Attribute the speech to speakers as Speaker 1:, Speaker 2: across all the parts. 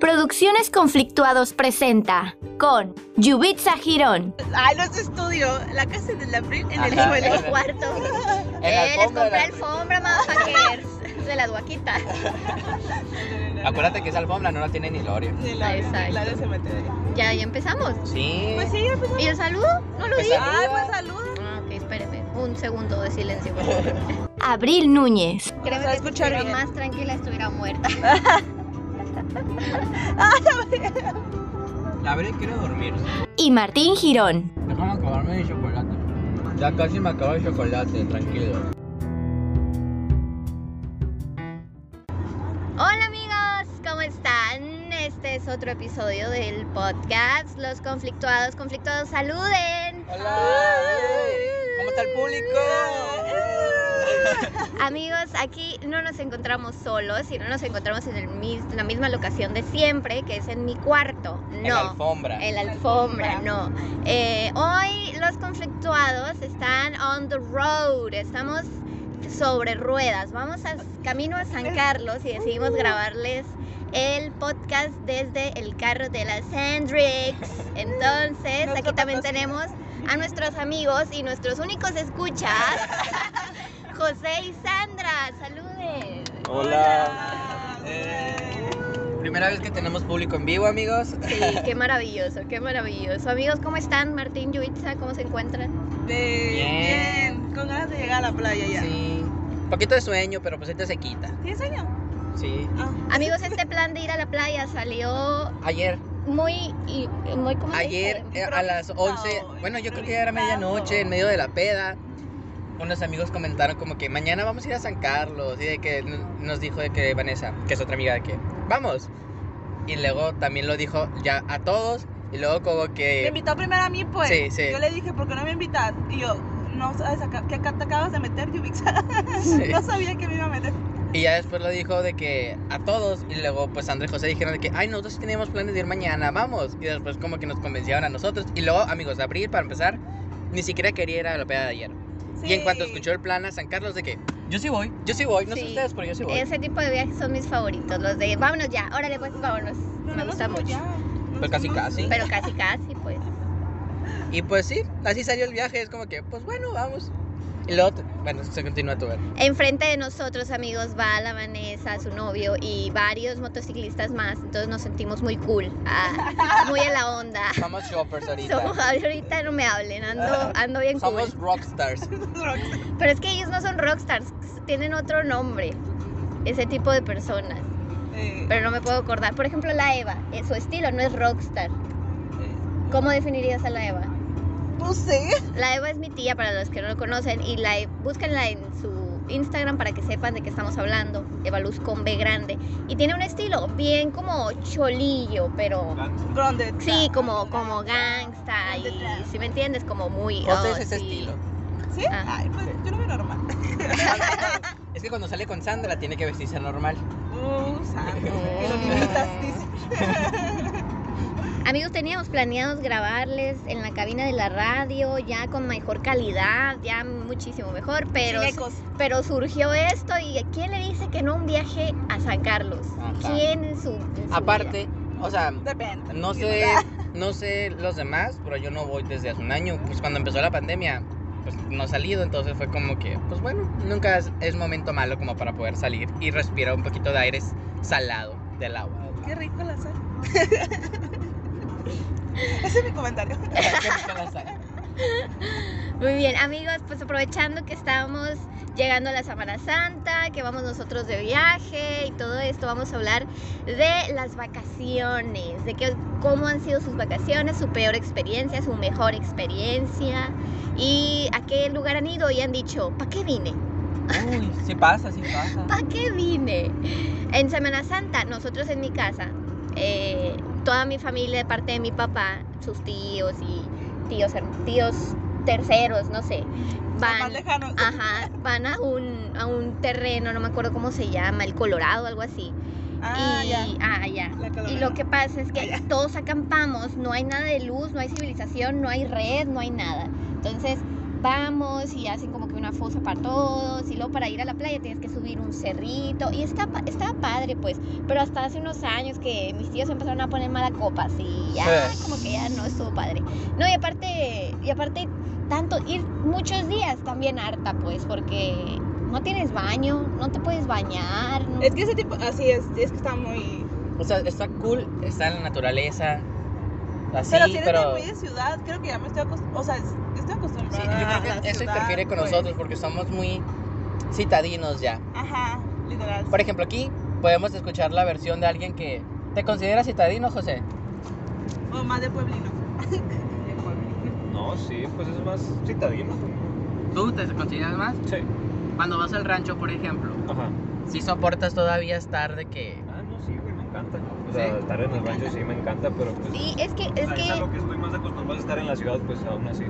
Speaker 1: Producciones Conflictuados presenta con Yubitsa Girón,
Speaker 2: Ah, no es estudio, la casa en el abril, en el
Speaker 3: Ajá.
Speaker 2: suelo.
Speaker 4: el cuarto.
Speaker 3: En la
Speaker 4: Eh, les
Speaker 3: alfombra,
Speaker 4: compré
Speaker 3: la-
Speaker 4: alfombra, motherfuckers. De las guaquitas.
Speaker 3: Acuérdate que esa alfombra no la tiene ni Loria.
Speaker 2: De la,
Speaker 4: Exacto.
Speaker 2: la de cementerio.
Speaker 4: Ya, ya empezamos.
Speaker 3: Sí.
Speaker 2: Pues sí, ya
Speaker 4: ¿Y el saludo? No lo
Speaker 3: Pues
Speaker 4: di.
Speaker 3: saluda.
Speaker 2: Ah, pues saluda.
Speaker 4: Ah, ok, espéreme. Un segundo de silencio, por favor.
Speaker 1: Abril Núñez,
Speaker 4: Créeme
Speaker 2: a
Speaker 4: que si
Speaker 2: escuchar
Speaker 4: estuviera
Speaker 2: bien.
Speaker 4: más tranquila estuviera muerta.
Speaker 3: La Abril quiere dormir.
Speaker 1: y Martín Girón.
Speaker 3: Déjame acabarme de chocolate. Ya casi me acabo el chocolate, tranquilo.
Speaker 4: Hola amigos, ¿cómo están? Este es otro episodio del podcast. Los conflictuados, conflictuados, saluden.
Speaker 3: Hola. ¿Cómo está el público?
Speaker 4: Amigos, aquí no nos encontramos solos, sino nos encontramos en el mis- la misma locación de siempre, que es en mi cuarto.
Speaker 3: En la
Speaker 4: No.
Speaker 3: alfombra.
Speaker 4: En la alfombra, no. Eh, hoy los conflictuados están on the road, estamos sobre ruedas. Vamos a camino a San Carlos y decidimos grabarles el podcast desde el carro de las Hendrix. Entonces,
Speaker 2: Nuestro
Speaker 4: aquí también
Speaker 2: patrocinador.
Speaker 4: tenemos a nuestros amigos y nuestros únicos escuchas, José y Sandra. Saluden.
Speaker 3: Hola. Primera vez que tenemos público en vivo, amigos.
Speaker 4: Sí, qué maravilloso, qué maravilloso. Amigos, ¿cómo están? Martín, Yuitza, ¿cómo se encuentran?
Speaker 2: De
Speaker 3: Bien.
Speaker 2: bien. Con ganas de llegar a la playa ya.
Speaker 3: Sí. Un poquito de sueño, pero pues ahorita se quita.
Speaker 2: ¿Tienes sueño?
Speaker 3: Sí.
Speaker 2: Ah.
Speaker 4: Amigos, este plan de ir a la playa salió
Speaker 3: Ayer,
Speaker 4: muy, y- muy como
Speaker 3: ayer eh, a las 11, bueno, yo creo que ya era medianoche, en medio de la peda, unos amigos comentaron como que mañana vamos a ir a San Carlos, y de que n- nos dijo de que Vanessa, que es otra amiga de que, vamos. Y luego también lo dijo ya a todos, y luego como
Speaker 2: Me
Speaker 3: que...
Speaker 2: invitó primero a mí, pues.
Speaker 3: Sí, sí.
Speaker 2: Yo le dije, ¿por qué no me invitas? Y yo, no sabes acá, ¿qué acá te acabas de meter, Yubix?
Speaker 3: sí.
Speaker 2: no sabía que me iba a meter.
Speaker 3: Y ya después lo dijo de que a todos, y luego pues Andrés y José dijeron de que, ay, nosotros sí teníamos planes de ir mañana, vamos. Y después como que nos convencieron a nosotros, y luego amigos, abril para empezar, ni siquiera quería ir a la peda de ayer. Y en cuanto
Speaker 2: Sí.
Speaker 3: escuchó el plan a San Carlos de que yo sí voy, yo sí voy, no sé
Speaker 4: Sí.
Speaker 3: ustedes, pero yo sí voy.
Speaker 4: Ese tipo de viajes son mis favoritos, los de vámonos ya, órale pues vámonos.
Speaker 2: No,
Speaker 4: Me
Speaker 2: no
Speaker 4: gusta
Speaker 2: nos fuimos
Speaker 4: mucho.
Speaker 2: ya. Nos
Speaker 3: Pues casi,
Speaker 2: fuimos.
Speaker 3: casi.
Speaker 4: Pero casi casi pues.
Speaker 3: Y pues sí, así salió el viaje, es como que, pues bueno, vamos. Y luego, te- bueno, se continúa tu ver.
Speaker 4: Enfrente de nosotros amigos va la Vanessa, su novio y varios motociclistas más, entonces nos sentimos muy cool, ah, muy en la onda.
Speaker 3: Somos shoppers ahorita.
Speaker 4: Somos, ahorita no me hablen, ando, ando bien cool.
Speaker 3: Somos rockstars.
Speaker 4: Pero es que ellos no son rockstars, tienen otro nombre, ese tipo de personas.
Speaker 2: Eh,
Speaker 4: pero no me puedo acordar. Por ejemplo, la Eva, eh, su estilo no es rockstar.
Speaker 2: eh,
Speaker 4: ¿Cómo definirías a la Eva?
Speaker 2: no sé.
Speaker 4: La Eva es mi tía para los que no lo conocen y la E- búsquenla en su Instagram para que sepan de qué estamos hablando. Eva Luz con B grande y tiene un estilo bien como cholillo, pero
Speaker 2: Grounded.
Speaker 4: sí, como como gangsta y si me entiendes, como muy
Speaker 3: José
Speaker 4: oh,
Speaker 3: es ese
Speaker 4: sí.
Speaker 3: estilo.
Speaker 2: ¿Sí?
Speaker 4: Ah.
Speaker 2: Ay, pues yo lo veo normal.
Speaker 3: Es que cuando sale con Sandra tiene que vestirse normal. Oh,
Speaker 2: Uh, santo. Que lo limitas, dice.
Speaker 4: Amigos, teníamos planeados grabarles en la cabina de la radio, ya con mejor calidad, ya muchísimo mejor, pero
Speaker 2: Sin ecos.
Speaker 4: Pero surgió esto y ¿quién le dice que no un viaje a San Carlos?
Speaker 3: Ajá.
Speaker 4: ¿Quién en su, en su
Speaker 3: Aparte, o sea,
Speaker 2: Depende.
Speaker 3: no sé, no sé los demás, pero yo no voy desde hace un año. Pues cuando empezó la pandemia, pues no he salido, entonces fue como que, pues bueno, nunca es, es momento malo como para poder salir y respirar un poquito de aire salado del agua.
Speaker 2: Qué rico la sal. Ese es mi comentario.
Speaker 4: vida? Muy bien, amigos, pues aprovechando que estamos llegando a la Semana Santa, que vamos nosotros de viaje y todo esto, vamos a hablar de las vacaciones, de que, cómo han sido sus vacaciones, su peor experiencia, su mejor experiencia y a qué lugar han ido y han dicho, ¿para qué vine?
Speaker 3: Uy, sí pasa, sí pasa.
Speaker 4: ¿Para qué vine? En Semana Santa, nosotros en mi casa, eh, toda mi familia de parte de mi papá, sus tíos y tíos, her- tíos terceros, no sé,
Speaker 2: Más
Speaker 4: van,
Speaker 2: lejano.
Speaker 4: ajá, van a, un, a un terreno, no me acuerdo cómo se llama, el Colorado, algo así.
Speaker 2: Ah,
Speaker 4: y,
Speaker 2: ya.
Speaker 4: ah, ya.
Speaker 2: La
Speaker 4: Y
Speaker 2: calorada.
Speaker 4: lo que pasa es que
Speaker 2: Ah, ya.
Speaker 4: todos acampamos, no hay nada de luz, no hay civilización, no hay red, no hay nada. Entonces vamos y hacen como que una fosa para todos y luego para ir a la playa tienes que subir un cerrito y está, pa- estaba padre pues, pero hasta hace unos años que mis tíos empezaron a poner mala copas y ya
Speaker 3: Sí.
Speaker 4: como que ya no estuvo padre. No, y aparte, y aparte tanto ir muchos días también harta pues porque no tienes baño, no te puedes bañar, no-
Speaker 2: Es que ese tipo, así es, es que está muy...
Speaker 3: O sea, está cool, está en la naturaleza. Así,
Speaker 2: pero si
Speaker 3: pero.
Speaker 2: eres muy de ciudad, creo que ya me estoy acostumbrada, o sea, es- estoy
Speaker 3: Sí,
Speaker 2: acostumbrada
Speaker 3: yo
Speaker 2: a
Speaker 3: creo
Speaker 2: Ah, la
Speaker 3: que eso
Speaker 2: ciudad,
Speaker 3: interfiere con
Speaker 2: pues.
Speaker 3: nosotros porque somos muy citadinos ya.
Speaker 2: Ajá, literal.
Speaker 3: Por ejemplo, aquí podemos escuchar la versión de alguien que. ¿Te consideras citadino, José?
Speaker 2: O más de pueblino. De pueblino.
Speaker 5: No, sí, pues es más citadino.
Speaker 3: ¿Tú te consideras más?
Speaker 5: Sí.
Speaker 3: Cuando vas al rancho, por ejemplo,
Speaker 5: Ajá.
Speaker 3: si soportas todavía estar de que.
Speaker 5: Ah, no, sí, güey, me encanta. O
Speaker 3: ¿Sí?
Speaker 5: sea, estar en el rancho sí me encanta, pero pues.
Speaker 4: Sí, es que, es
Speaker 5: o sea,
Speaker 4: que...
Speaker 5: es a lo que estoy más acostumbrado a estar en la ciudad, pues aún así.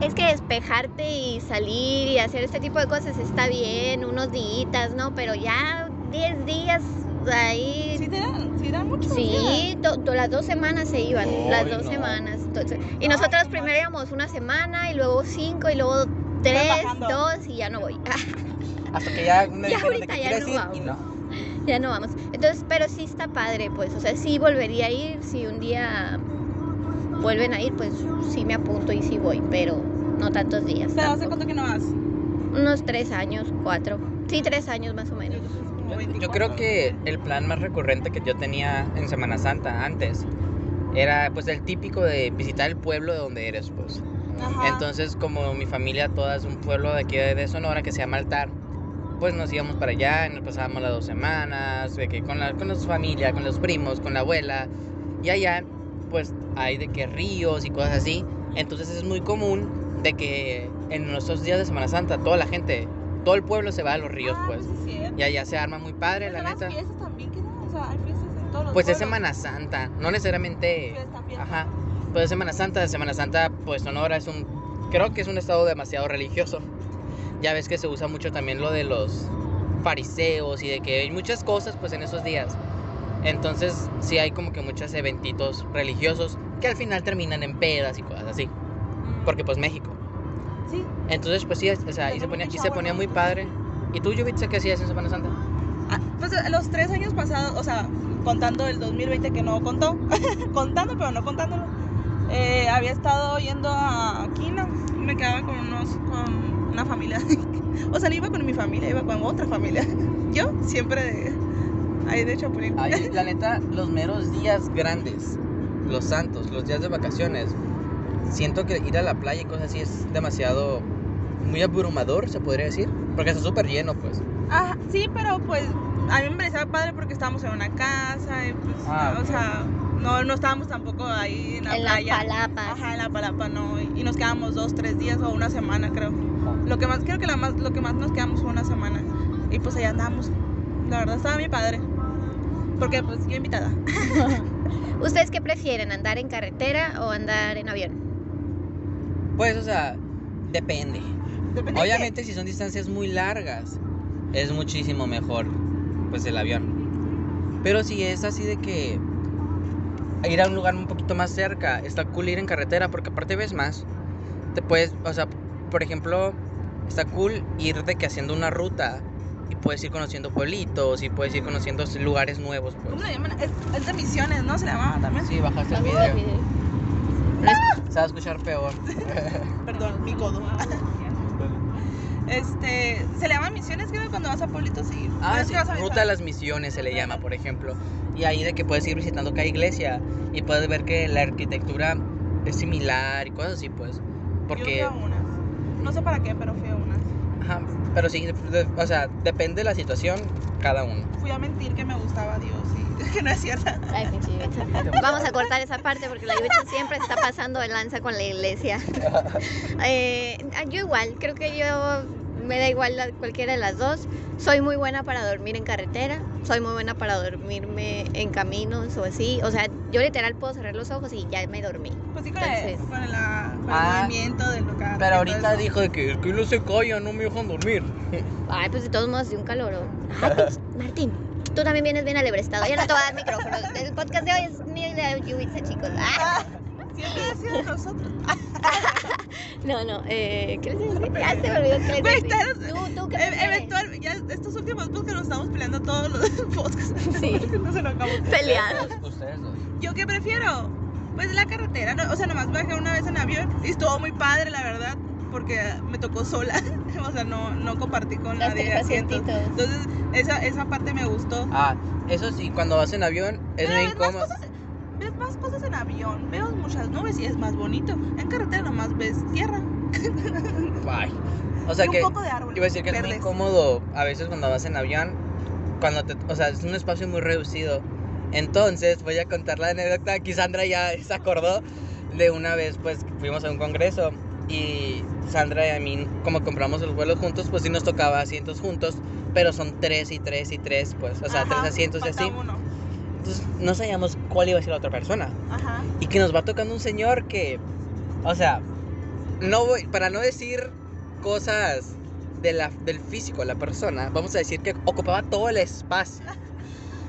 Speaker 4: Es que despejarte y salir y hacer este tipo de cosas está bien, unos días, ¿no? Pero ya 10 días
Speaker 2: Sí,
Speaker 4: ahí.
Speaker 2: te dan, sí dan mucho. ansiedad.
Speaker 4: Sí, to- to- las dos semanas se iban,
Speaker 5: Ay,
Speaker 4: las dos
Speaker 3: no.
Speaker 4: semanas. Entonces, y
Speaker 2: Ay,
Speaker 4: nosotros
Speaker 2: no
Speaker 4: primero
Speaker 2: manches.
Speaker 4: íbamos una semana y luego cinco y luego tres,
Speaker 2: bajando.
Speaker 4: dos y ya no voy. Ah,
Speaker 3: Hasta que ya me
Speaker 4: Ya
Speaker 3: dijeron de
Speaker 4: ahorita
Speaker 3: que
Speaker 4: ya
Speaker 3: quieres
Speaker 4: no
Speaker 3: ir
Speaker 4: vamos.
Speaker 3: y no.
Speaker 4: ya no vamos. Entonces, pero sí está padre, pues, o sea, sí volvería a ir, si un día vuelven a ir, pues sí me apunto y sí voy, pero no tantos días.
Speaker 2: Pero hace
Speaker 4: tampoco.
Speaker 2: cuánto que no vas.
Speaker 4: Unos tres años, cuatro. Sí, tres años más o menos.
Speaker 3: Yo creo que el plan más recurrente que yo tenía en Semana Santa antes era pues el típico de visitar el pueblo de donde eres, pues.
Speaker 2: Ajá.
Speaker 3: Entonces, como mi familia toda es un pueblo de aquí de Sonora que se llama Altar, pues nos íbamos para allá y nos pasábamos las dos semanas, de que con, la, con su familia, con los primos, con la abuela. Y allá, pues hay de que ríos y cosas así. Entonces es muy común de que en nuestros días de Semana Santa toda la gente, todo el pueblo se va a los ríos,
Speaker 2: Ah,
Speaker 3: pues.
Speaker 2: sí, es cierto.
Speaker 3: Y allá se arma muy padre,
Speaker 2: Pero
Speaker 3: la
Speaker 2: las
Speaker 3: neta.
Speaker 2: fiestas también, que no, o sea, hay fiestas en todos los
Speaker 3: Pues
Speaker 2: pueblos.
Speaker 3: es Semana Santa, no necesariamente...
Speaker 2: Fiesta, fiesta.
Speaker 3: Ajá. Pues de Semana Santa, de Semana Santa, pues Sonora es un, creo que es un estado demasiado religioso. Ya ves que se usa mucho también lo de los fariseos y de que hay muchas cosas pues en esos días. Entonces sí hay como que muchos eventitos religiosos que al final terminan en pedas y cosas así.
Speaker 2: Mm.
Speaker 3: Porque pues México.
Speaker 2: Sí,
Speaker 3: Entonces pues sí, o sea, ahí se ponía, y se ponía muy padre. ¿Y tú, Yubitsa, qué hacías en Semana Santa?
Speaker 2: Ah, pues los tres años pasados, o sea, contando el 2020 que no contó, contando pero no contándolo, eh, había estado yendo a Quina, me quedaba con unos, con una familia, o sea, no iba con mi familia, iba con otra familia, yo siempre de, ahí de Chapulín.
Speaker 3: Ahí, la neta, los meros días grandes, los santos, los días de vacaciones, siento que ir a la playa y cosas así es demasiado, muy abrumador, se podría decir, porque está súper lleno, pues.
Speaker 2: Ajá, sí, pero pues a mí me parecía padre porque estábamos en una casa, y pues,
Speaker 3: Ah,
Speaker 2: o
Speaker 3: ok.
Speaker 2: sea, no, no estábamos tampoco ahí en la
Speaker 4: En las
Speaker 2: playa.
Speaker 4: palapas.
Speaker 2: Ajá, en la palapa no. Y y nos quedamos dos, tres días o una semana, creo. Lo que más, creo que la más, lo que más nos quedamos fue una semana. Y pues allá andamos. La verdad estaba mi padre. Porque pues yo invitada.
Speaker 4: ¿Ustedes qué prefieren, andar en carretera o andar en avión?
Speaker 3: Pues, o sea, depende.
Speaker 2: Depende de
Speaker 3: Obviamente, si son distancias muy largas, es muchísimo mejor, pues, el avión. Pero si es así de que ir a un lugar un poquito más cerca, está cool ir en carretera, porque aparte ves más. Te puedes, o sea, por ejemplo, está cool ir de que haciendo una ruta y puedes ir conociendo pueblitos y puedes ir conociendo lugares nuevos,
Speaker 2: qué. ¿Cómo
Speaker 3: pues.
Speaker 2: le llaman? Es, es de misiones, ¿no? Se le llamaba también.
Speaker 3: Sí, bajaste el video. Se va a escuchar peor.
Speaker 2: Perdón, mi codo.
Speaker 3: Ah,
Speaker 2: Este, se le llaman misiones, creo, cuando vas a pueblitos y.
Speaker 3: Ah,
Speaker 2: es
Speaker 3: sí,
Speaker 2: que vas a
Speaker 3: Ruta de las Misiones se le llama, por ejemplo. Y ahí de que puedes ir visitando cada iglesia y puedes ver que la arquitectura es similar y cosas así, pues. Porque,
Speaker 2: Yo fui a unas. No sé para qué, pero fui a unas.
Speaker 3: ajá, pero sí, de- o sea, depende de la situación, cada uno.
Speaker 2: Fui a mentir que me gustaba Dios y que no es cierto.
Speaker 4: Vamos a cortar esa parte porque la iglesia siempre está pasando de lanza con la iglesia. Eh, yo igual, creo que yo me da igual la- cualquiera de las dos. Soy muy buena para dormir en carretera, soy muy buena para dormirme en caminos o así. O sea, yo literal puedo cerrar los ojos y ya me dormí.
Speaker 2: Pues sí, con,
Speaker 4: Entonces-
Speaker 2: el, con, la- con el
Speaker 3: Ah.
Speaker 2: movimiento del local.
Speaker 3: Pero ahorita dijo de que, que no se callan, no me dejan dormir.
Speaker 4: Ay, pues de todos modos, de un calorón. Ay, pues, Martín, tú también vienes bien alebrestado. Ya no te voy a dar micrófono. El podcast de hoy es mío y de Yubitsa, chicos. Ah.
Speaker 2: Siempre ha sido de nosotros.
Speaker 4: No, no, eh, ¿qué les iba a decir? Ya se me olvidó que les iba a
Speaker 2: Güey,
Speaker 4: decir. Tú, tú, ¿qué
Speaker 2: E-
Speaker 4: prefieres?
Speaker 2: eventual, ya estos últimos podcasts nos estamos peleando todos los podcasts.
Speaker 4: Sí.
Speaker 2: no se lo acabo.
Speaker 4: Pelear.
Speaker 3: Ustedes dos.
Speaker 2: ¿Yo qué prefiero? Pues la carretera, no, o sea, nomás bajé una vez en avión y estuvo muy padre, la verdad, porque me tocó sola, o sea, no, no compartí con
Speaker 4: Los
Speaker 2: nadie
Speaker 4: tres
Speaker 2: asientos.
Speaker 4: asientitos.
Speaker 2: Entonces, esa, esa parte me gustó.
Speaker 3: Ah, eso sí, cuando vas en avión es
Speaker 2: Pero
Speaker 3: muy
Speaker 2: ves más
Speaker 3: incómodo.
Speaker 2: cosas- Ves más cosas en avión, veo muchas nubes y es más bonito. En carretera nomás ves tierra
Speaker 3: Ay. O sea
Speaker 2: y
Speaker 3: que
Speaker 2: un poco de árboles
Speaker 3: iba a decir que es muy
Speaker 2: verdes.
Speaker 3: incómodo a veces cuando vas en avión, cuando te, o sea, es un espacio muy reducido. Entonces, voy a contar la anécdota, aquí Sandra ya se acordó de una vez pues fuimos a un congreso y Sandra y a mí como compramos los vuelos juntos, pues sí nos tocaba asientos juntos, pero son tres y tres y tres, pues, o sea,
Speaker 2: Ajá,
Speaker 3: tres asientos y
Speaker 2: falta
Speaker 3: así.
Speaker 2: uno.
Speaker 3: Entonces, no sabíamos cuál iba a ser la otra persona.
Speaker 2: Ajá.
Speaker 3: y que nos va tocando un señor que, o sea, no voy, para no decir cosas de la, del físico de la persona, vamos a decir que ocupaba todo el espacio.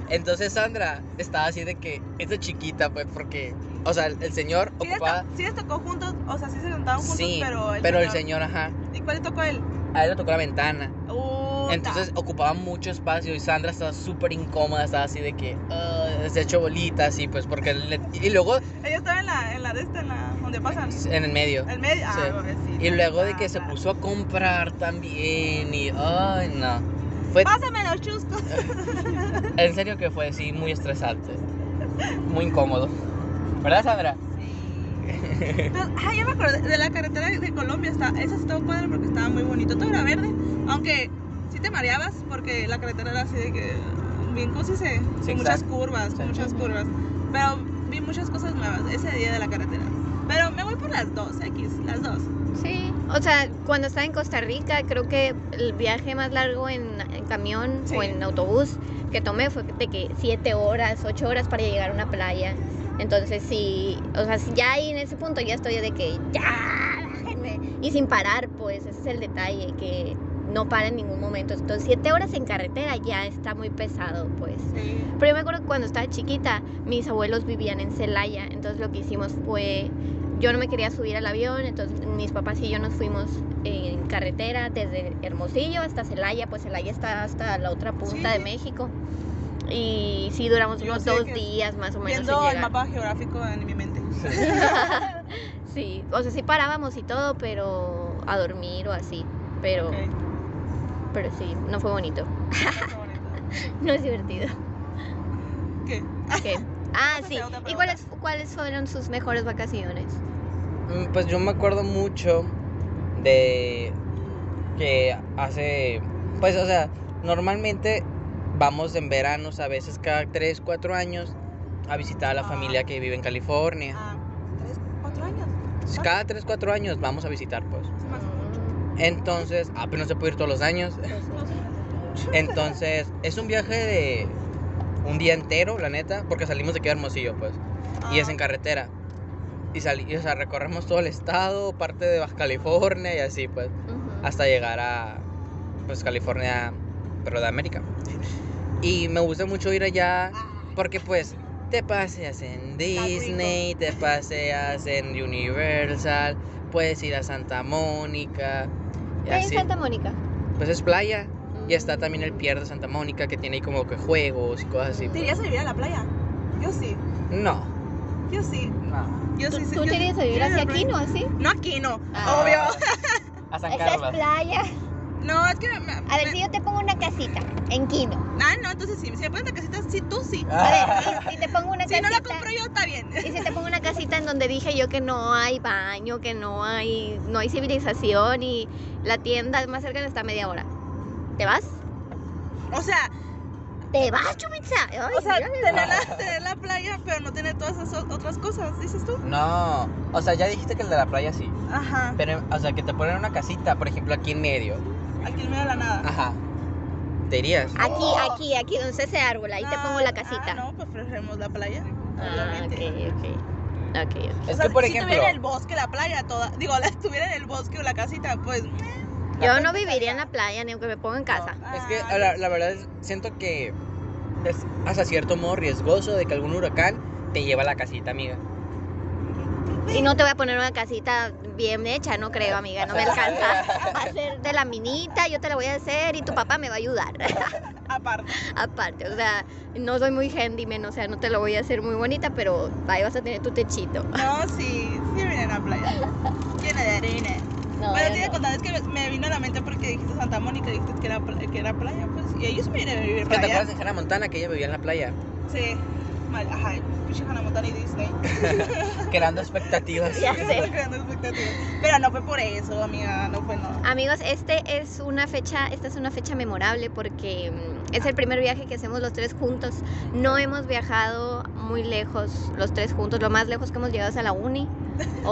Speaker 3: Entonces Sandra estaba así de que, esta chiquita, pues, porque, o sea, el, el señor
Speaker 2: Sí les,
Speaker 3: ocupaba,
Speaker 2: to- sí les tocó juntos, o sea, sí se sentaban juntos,
Speaker 3: sí,
Speaker 2: pero el
Speaker 3: pero el
Speaker 2: señor-
Speaker 3: señor, ajá,
Speaker 2: ¿Y cuál le tocó a él?
Speaker 3: a él le tocó la ventana.
Speaker 2: Uta.
Speaker 3: Entonces ocupaba mucho espacio y Sandra estaba súper incómoda, estaba así de que "Ah", se ha hecho bolitas y pues porque... le- y luego
Speaker 2: Ella estaba en la, en la de esta, en la, donde pasan.
Speaker 3: en el medio.
Speaker 2: El medio. Ah,
Speaker 3: Sí.
Speaker 2: pobrecita.
Speaker 3: Y luego de que se
Speaker 2: Ah.
Speaker 3: puso a comprar también y ay no. Fue
Speaker 2: Pásame los chuscos.
Speaker 3: en serio que fue sí muy estresante. Muy incómodo. ¿Verdad Sandra?
Speaker 2: Pero, ah, ya me acordé. De la carretera de Colombia, está, esa estaba padre porque estaba muy bonito. Todo era verde. Aunque sí te mareabas porque la carretera era así de que. Bien cosi se.
Speaker 3: Zigzag.
Speaker 2: Con muchas curvas,
Speaker 3: Sí.
Speaker 2: con muchas
Speaker 4: Ujú.
Speaker 2: curvas. Pero vi muchas cosas nuevas ese día de la carretera. Pero me voy por las dos, X, las dos.
Speaker 4: Sí, o sea, cuando estaba en Costa Rica, creo que el viaje más largo en, en camión
Speaker 2: Sí.
Speaker 4: o en autobús que tomé fue de que siete horas, ocho horas para llegar a una playa. Entonces sí, o sea, sí, ya ahí en ese punto ya estoy de que ya, bájenme. Y sin parar, pues, ese es el detalle, que no para en ningún momento. Entonces siete horas en carretera ya está muy pesado, pues.
Speaker 2: Sí.
Speaker 4: Pero yo me acuerdo que cuando estaba chiquita, mis abuelos vivían en Celaya, entonces lo que hicimos fue, yo no me quería subir al avión, entonces mis papás y yo nos fuimos en carretera desde Hermosillo hasta Celaya, pues Celaya está hasta la otra punta
Speaker 2: Sí.
Speaker 4: de México. Y sí, duramos
Speaker 2: Yo
Speaker 4: unos
Speaker 2: sé
Speaker 4: dos
Speaker 2: que
Speaker 4: días más o menos. en
Speaker 2: Viendo el
Speaker 4: llegar.
Speaker 2: mapa geográfico en mi mente.
Speaker 4: Sí, o sea, sí parábamos y todo, pero a dormir o así. Pero,
Speaker 2: Ok, Ah,
Speaker 4: pero sí, no fue bonito,
Speaker 2: está bonito.
Speaker 4: no es divertido.
Speaker 2: ¿Qué?
Speaker 4: ¿Qué? Ah,
Speaker 2: Esa
Speaker 4: sí.
Speaker 2: es otra
Speaker 4: ¿Y
Speaker 2: pregunta.
Speaker 4: cuáles, cuáles fueron sus mejores vacaciones?
Speaker 3: Mm, Pues yo me acuerdo mucho de que hace pues o sea, normalmente vamos en veranos a veces cada 3, 4 años a visitar a la
Speaker 2: Ah.
Speaker 3: familia que vive en California.
Speaker 2: Ah, ¿Tres, cuatro años?
Speaker 3: Cada 3, 4 años vamos a visitar pues.
Speaker 2: Se me hace mucho.
Speaker 4: Mm,
Speaker 3: Entonces, ah, pero no se puede ir todos los años.
Speaker 4: pues, sí.
Speaker 2: No se me hace mucho.
Speaker 3: Entonces, es un viaje de un día entero, la neta, porque salimos de aquí a Hermosillo, pues, y es en carretera. Y, sali- y, o sea, recorremos todo el estado, parte de Baja California y así, pues,
Speaker 4: Ujú.
Speaker 3: hasta llegar a, pues, California, pero de América. Y me gusta mucho ir allá porque, pues, te paseas en Disney, te paseas en Universal, puedes ir a Santa Mónica. Y
Speaker 4: Ahí en
Speaker 3: así.
Speaker 4: Santa Mónica.
Speaker 3: Pues es playa. Y está también el Pier de Santa Mónica que tiene ahí como que juegos y cosas así.
Speaker 2: ¿Te irías a vivir a la playa? Yo sí,
Speaker 3: No.
Speaker 2: yo sí,
Speaker 3: No.
Speaker 2: yo
Speaker 4: ¿Tú,
Speaker 2: Ah, sí. sí,
Speaker 4: tú
Speaker 2: yo
Speaker 4: te
Speaker 2: sí.
Speaker 4: irías a vivir
Speaker 2: Yo iría
Speaker 4: hacia
Speaker 2: la
Speaker 4: aquí,
Speaker 2: playa.
Speaker 4: no así?
Speaker 2: No aquí, no,
Speaker 4: Ah.
Speaker 2: obvio.
Speaker 3: A San
Speaker 4: Esa es
Speaker 3: Carlos.
Speaker 4: playa.
Speaker 2: No, es que... me- me-
Speaker 4: A ver, si yo te pongo una casita en Quino.
Speaker 2: Ah, no, entonces sí, si me pones la casita, sí, tú sí.
Speaker 3: Ah.
Speaker 4: A ver, y si te pongo una
Speaker 2: Si no
Speaker 4: casita.
Speaker 2: la compro yo, está bien.
Speaker 4: y si te pongo una casita en donde dije yo que no hay baño, que no hay, no hay civilización y la tienda más cercana está a media hora. ¿Te vas?
Speaker 2: O sea,
Speaker 4: ¿Te vas, Chubitza? Ay,
Speaker 2: o sea,
Speaker 4: mírale.
Speaker 2: tener la, tener la playa, pero no tener todas esas o- otras cosas, dices tú.
Speaker 3: No. O sea, ya dijiste que el de la playa sí.
Speaker 2: Ajá,
Speaker 3: Pero, o sea, que te ponen una casita, por ejemplo, aquí en medio.
Speaker 2: aquí en medio de la nada.
Speaker 3: Ajá. ¿Te irías?
Speaker 4: Aquí, aquí, aquí, donde está ese árbol, ahí te pongo la casita.
Speaker 2: Ah, no, pues preferimos la playa,
Speaker 4: Ah,
Speaker 2: obviamente.
Speaker 4: ok, ok. Ok, ok.
Speaker 3: Es
Speaker 2: O sea,
Speaker 3: que, por
Speaker 2: si
Speaker 3: ejemplo,
Speaker 2: estuviera en el bosque la playa toda, digo, la estuviera en el bosque o la casita, pues
Speaker 4: Yo no viviría en la playa ni aunque me ponga en casa.
Speaker 3: es que
Speaker 2: Ah,
Speaker 3: la, la verdad es- siento que es hasta cierto modo riesgoso de que algún huracán te lleva a la casita, amiga.
Speaker 4: Y no te voy a poner una casita bien hecha, no creo, amiga, no me alcanza. Va a ser de la minita, yo te la voy a hacer y tu papá me va a ayudar.
Speaker 2: Aparte.
Speaker 4: Aparte, o sea, no soy muy handyman, o sea, no te lo voy a hacer muy bonita, pero ahí vas a tener tu techito.
Speaker 2: No, sí, sí viene a la playa. Llena de arena.
Speaker 4: No,
Speaker 2: Bueno,
Speaker 4: yo
Speaker 2: te iba a
Speaker 4: no.
Speaker 2: contar, es que me- me vino a la mente porque dijiste Santa Mónica, dijiste que era, pla- que era playa, pues. Y ellos me vienen a vivir
Speaker 3: Es que te
Speaker 2: para allá.
Speaker 3: acuerdas de Hannah Montana que ella vivía en la playa,
Speaker 2: Sí. Mal, ajá, pinche Hannah Montana y Disney.
Speaker 3: creando expectativas.
Speaker 4: Ya sé.
Speaker 2: Creando expectativas. Pero no fue por eso, amiga, no fue no.
Speaker 4: Amigos, este es una fecha, esta es una fecha memorable porque mm, es el primer viaje que hacemos los tres juntos. No hemos viajado muy lejos los tres juntos. Lo más lejos que hemos llegado es a la uni. O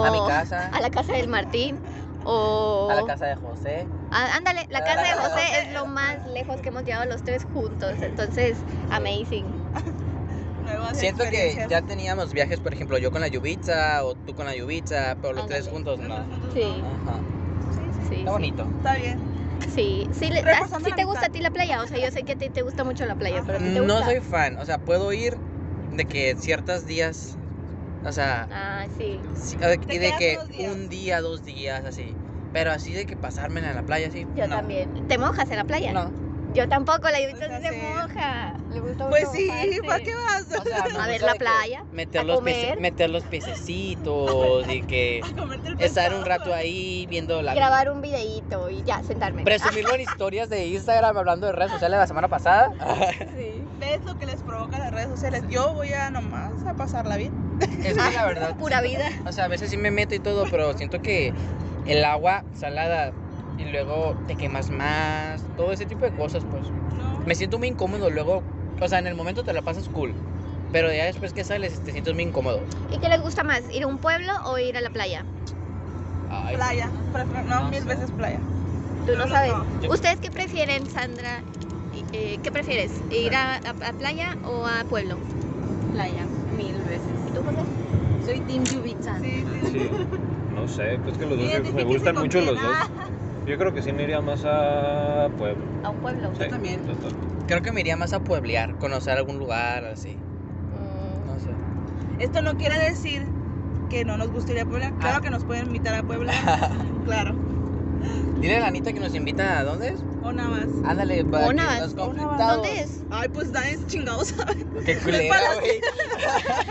Speaker 2: Oh.
Speaker 3: A mi casa,
Speaker 4: a la casa del Martín. O
Speaker 3: a la casa de José.
Speaker 4: Ah, ándale, la
Speaker 3: A la
Speaker 4: casa de
Speaker 3: casa de
Speaker 4: José
Speaker 2: José.
Speaker 4: es lo más lejos que hemos llegado los tres juntos. Entonces, amazing.
Speaker 2: Nuevas
Speaker 3: Siento que
Speaker 2: experiencias.
Speaker 3: ya teníamos viajes, por ejemplo, yo con la Yubitsa o tú con la Yubitsa, pero los tres
Speaker 4: Ándale.
Speaker 3: juntos no. Ajá.
Speaker 4: Ah, Sí, sí.
Speaker 3: Está bonito.
Speaker 2: Está bien.
Speaker 4: Sí, sí, le- ah,
Speaker 2: Reforzando
Speaker 4: sí
Speaker 2: la
Speaker 4: te
Speaker 2: amistad.
Speaker 4: gusta a ti la playa, o sea, yo sé que a ti te gusta mucho la playa, pero a ti te gusta.
Speaker 3: No soy fan, o sea, puedo ir de que ciertos días, o sea,
Speaker 4: Ah, sí.
Speaker 3: sí, o de-
Speaker 2: Te
Speaker 3: y de
Speaker 2: quedas
Speaker 3: que
Speaker 2: unos días.
Speaker 3: un día, dos días, así. Pero así de que pasármela en la playa, así.
Speaker 4: Yo
Speaker 3: no.
Speaker 4: también. ¿Te mojas en la playa?
Speaker 3: No.
Speaker 4: Yo tampoco, la Yubita
Speaker 2: Pues
Speaker 4: sí se
Speaker 2: así.
Speaker 4: moja. Le gusta
Speaker 2: Pues
Speaker 4: mucho
Speaker 2: sí,
Speaker 4: mojarse.
Speaker 2: ¿para qué vas?
Speaker 3: O sea, me
Speaker 4: A ver
Speaker 3: gusta
Speaker 4: la
Speaker 3: de que
Speaker 4: playa,
Speaker 3: Meter
Speaker 4: a
Speaker 3: los, pece-
Speaker 4: comer.
Speaker 3: meter los pececitos y que
Speaker 2: A comerte el
Speaker 3: estar
Speaker 2: pescado.
Speaker 3: un rato ahí viendo la
Speaker 4: Grabar un videíto y ya, sentarme.
Speaker 3: Presumirlo en historias de Instagram hablando de redes sociales la semana pasada.
Speaker 4: Sí.
Speaker 2: ¿Ves lo que les provoca las redes sociales? Yo voy a nomás a pasarla bien.
Speaker 3: Es que la verdad.
Speaker 4: Pura vida.
Speaker 3: O sea, a veces sí me meto y todo, pero siento que el agua salada y luego te quemas más, todo ese tipo de cosas, pues.
Speaker 2: No.
Speaker 3: Me siento muy incómodo luego, o sea, en el momento te la pasas cool, pero ya después que sales te sientes muy incómodo.
Speaker 4: ¿Y qué les gusta más, ir a un pueblo o ir a la playa?
Speaker 3: Ay,
Speaker 2: Playa. prefer- No,
Speaker 3: No
Speaker 2: mil
Speaker 3: sé.
Speaker 2: veces playa.
Speaker 4: Tú no sabes.
Speaker 5: Yo-
Speaker 4: ¿Ustedes qué prefieren, Sandra? Y- eh, ¿Qué prefieres? ¿Ir a, a- a playa o a pueblo?
Speaker 6: Playa, mil veces.
Speaker 4: ¿Y tú, José?
Speaker 6: Soy Team Yubitsa.
Speaker 2: Sí, sí.
Speaker 5: Sí. No sé, pues que los dos me- me
Speaker 2: Identifíquese
Speaker 5: gustan
Speaker 2: con
Speaker 5: mucho
Speaker 2: quién. ah.
Speaker 5: los dos. Yo creo que sí me iría más a Pueblo.
Speaker 4: ¿A un pueblo?
Speaker 5: Sí,
Speaker 3: también.
Speaker 5: total.
Speaker 3: Creo que me iría más a pueblear, conocer algún lugar, así.
Speaker 4: Mm,
Speaker 3: No sé.
Speaker 2: Esto no quiere decir que no nos gustaría Puebla. Claro
Speaker 3: Ah.
Speaker 2: que nos pueden invitar a Puebla. claro.
Speaker 3: Dile a la Anita que nos invita a dónde es.
Speaker 2: O nada más.
Speaker 3: Ándale, para que
Speaker 4: Onabas,
Speaker 3: nos
Speaker 2: Onabas.
Speaker 3: conflictados.
Speaker 4: ¿Dónde es?
Speaker 2: Ay, pues da es chingados.
Speaker 3: Qué culera, güey.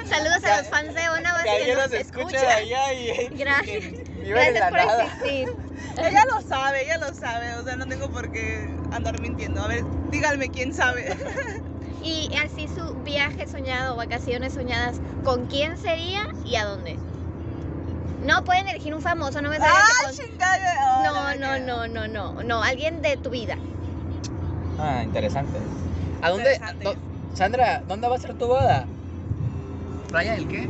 Speaker 4: Saludos a los fans de Onabas
Speaker 3: Que
Speaker 4: que
Speaker 3: alguien
Speaker 4: nos
Speaker 3: nos escucha de
Speaker 4: escucha.
Speaker 3: allá y y
Speaker 4: Gracias.
Speaker 3: viven en
Speaker 4: Gracias
Speaker 3: la
Speaker 4: por
Speaker 3: nada.
Speaker 4: existir.
Speaker 2: ella lo sabe, ella lo sabe. O sea, no tengo por qué andar mintiendo. A ver, díganme quién sabe.
Speaker 4: Y así su viaje soñado, vacaciones soñadas, ¿con quién sería y a dónde? No pueden elegir un famoso, no me salgan
Speaker 2: Ah,
Speaker 4: que con-
Speaker 2: Chingada.
Speaker 4: No, no, no, no, no, no, alguien de tu vida.
Speaker 3: Ah, interesante. ¿A dónde?
Speaker 2: Interesante.
Speaker 3: do- Sandra, ¿dónde va a ser tu boda? ¿Playa del qué?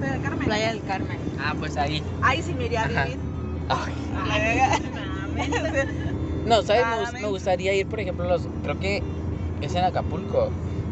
Speaker 2: Pero, Carmen,
Speaker 6: Playa del Carmen.
Speaker 3: Ah, pues ahí.
Speaker 2: ahí sí me iría a
Speaker 3: Ajá.
Speaker 2: vivir. Ah,
Speaker 3: Ay.
Speaker 2: O sea,
Speaker 3: No, ¿sabes? Me, gust-
Speaker 2: Claramente.
Speaker 3: me gustaría ir, por ejemplo, los, creo que es en Acapulco,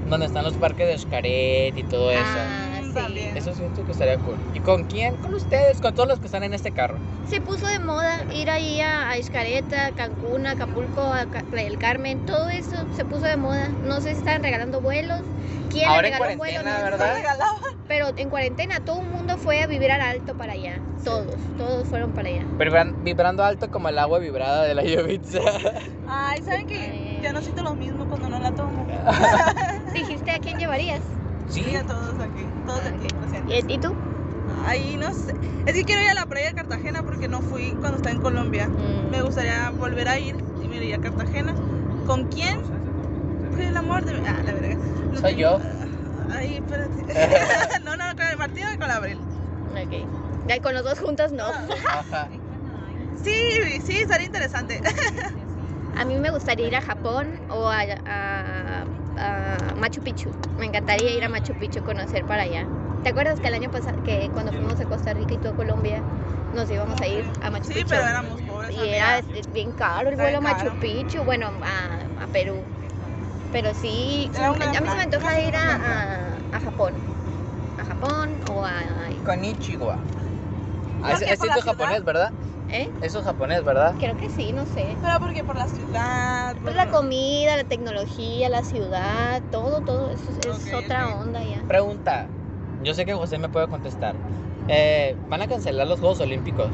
Speaker 3: donde están los parques de Xcaret y todo eso.
Speaker 4: Ah, sí.
Speaker 2: También.
Speaker 3: Eso siento que estaría cool. ¿Y con quién? Con ustedes, con todos los que están en este carro.
Speaker 4: Se puso de moda ir ahí a, a Xcaret, a Cancún, a Acapulco, a Ca- Playa del Carmen, todo eso se puso de moda. No sé si estaban regalando vuelos, quién
Speaker 3: Ahora
Speaker 4: le
Speaker 3: en
Speaker 4: regaló un vuelo,
Speaker 3: cuarentena,
Speaker 4: no,
Speaker 2: Nos
Speaker 3: ¿Verdad?
Speaker 2: regalaba.
Speaker 4: pero en cuarentena todo el mundo fue a vivir al alto para allá. Todos, todos fueron para allá.
Speaker 3: Vibran- vibrando alto como el agua vibrada de la Yovitza.
Speaker 2: Ay, ¿saben qué?
Speaker 4: Ay.
Speaker 2: Ya no siento lo mismo cuando no la tomo.
Speaker 4: Dijiste a quién llevarías.
Speaker 2: Sí, a todos aquí. Todos aquí presentes.
Speaker 4: ¿Y, y tú?
Speaker 2: Ahí no sé. Es que quiero ir a la playa de Cartagena porque no fui cuando estaba en Colombia.
Speaker 4: Mm,
Speaker 2: Me gustaría volver a ir y me iría a Cartagena. ¿Con quién? Con el amor de. Ah, la verga. No
Speaker 3: Soy
Speaker 2: tengo-
Speaker 3: yo.
Speaker 2: Ay, espérate. no, no, con el Martín o con la Abril.
Speaker 4: Ok. Ya, Con los dos juntos no.
Speaker 3: Ajá.
Speaker 2: Sí, sí, estaría interesante.
Speaker 4: A mí me gustaría ir a Japón o a, a- a Machu Picchu. Me encantaría ir a Machu Picchu, conocer para allá. ¿Te acuerdas que el año pasado, que cuando fuimos a Costa Rica y tú a Colombia, nos íbamos a ir a Machu
Speaker 2: Sí,
Speaker 4: Picchu?
Speaker 2: pero éramos pobres.
Speaker 4: y era
Speaker 2: amiga.
Speaker 4: bien caro el
Speaker 2: Está
Speaker 4: vuelo a
Speaker 2: bien
Speaker 4: Machu
Speaker 2: caro.
Speaker 4: Picchu, bueno, a, a Perú. Pero sí,
Speaker 2: Era una
Speaker 4: a mí se me
Speaker 2: plan-
Speaker 4: antoja
Speaker 2: una
Speaker 4: ir a,
Speaker 2: plan.
Speaker 4: a- a Japón. A Japón o a...
Speaker 2: Creo
Speaker 3: Konnichiwa. Ah, Es,
Speaker 2: que
Speaker 3: es
Speaker 2: por la
Speaker 3: esto japonés,
Speaker 2: ciudad.
Speaker 3: ¿verdad?
Speaker 4: ¿Eh?
Speaker 3: Eso es japonés, ¿verdad?
Speaker 4: Creo que sí, no sé.
Speaker 2: Pero porque por la ciudad. por-
Speaker 4: Pues la comida, la tecnología, la ciudad, todo, todo, eso es, es
Speaker 2: Ok,
Speaker 4: otra
Speaker 2: ok.
Speaker 4: onda ya.
Speaker 3: Pregunta. Yo sé que José me puede contestar. Eh, van a cancelar los Juegos Olímpicos.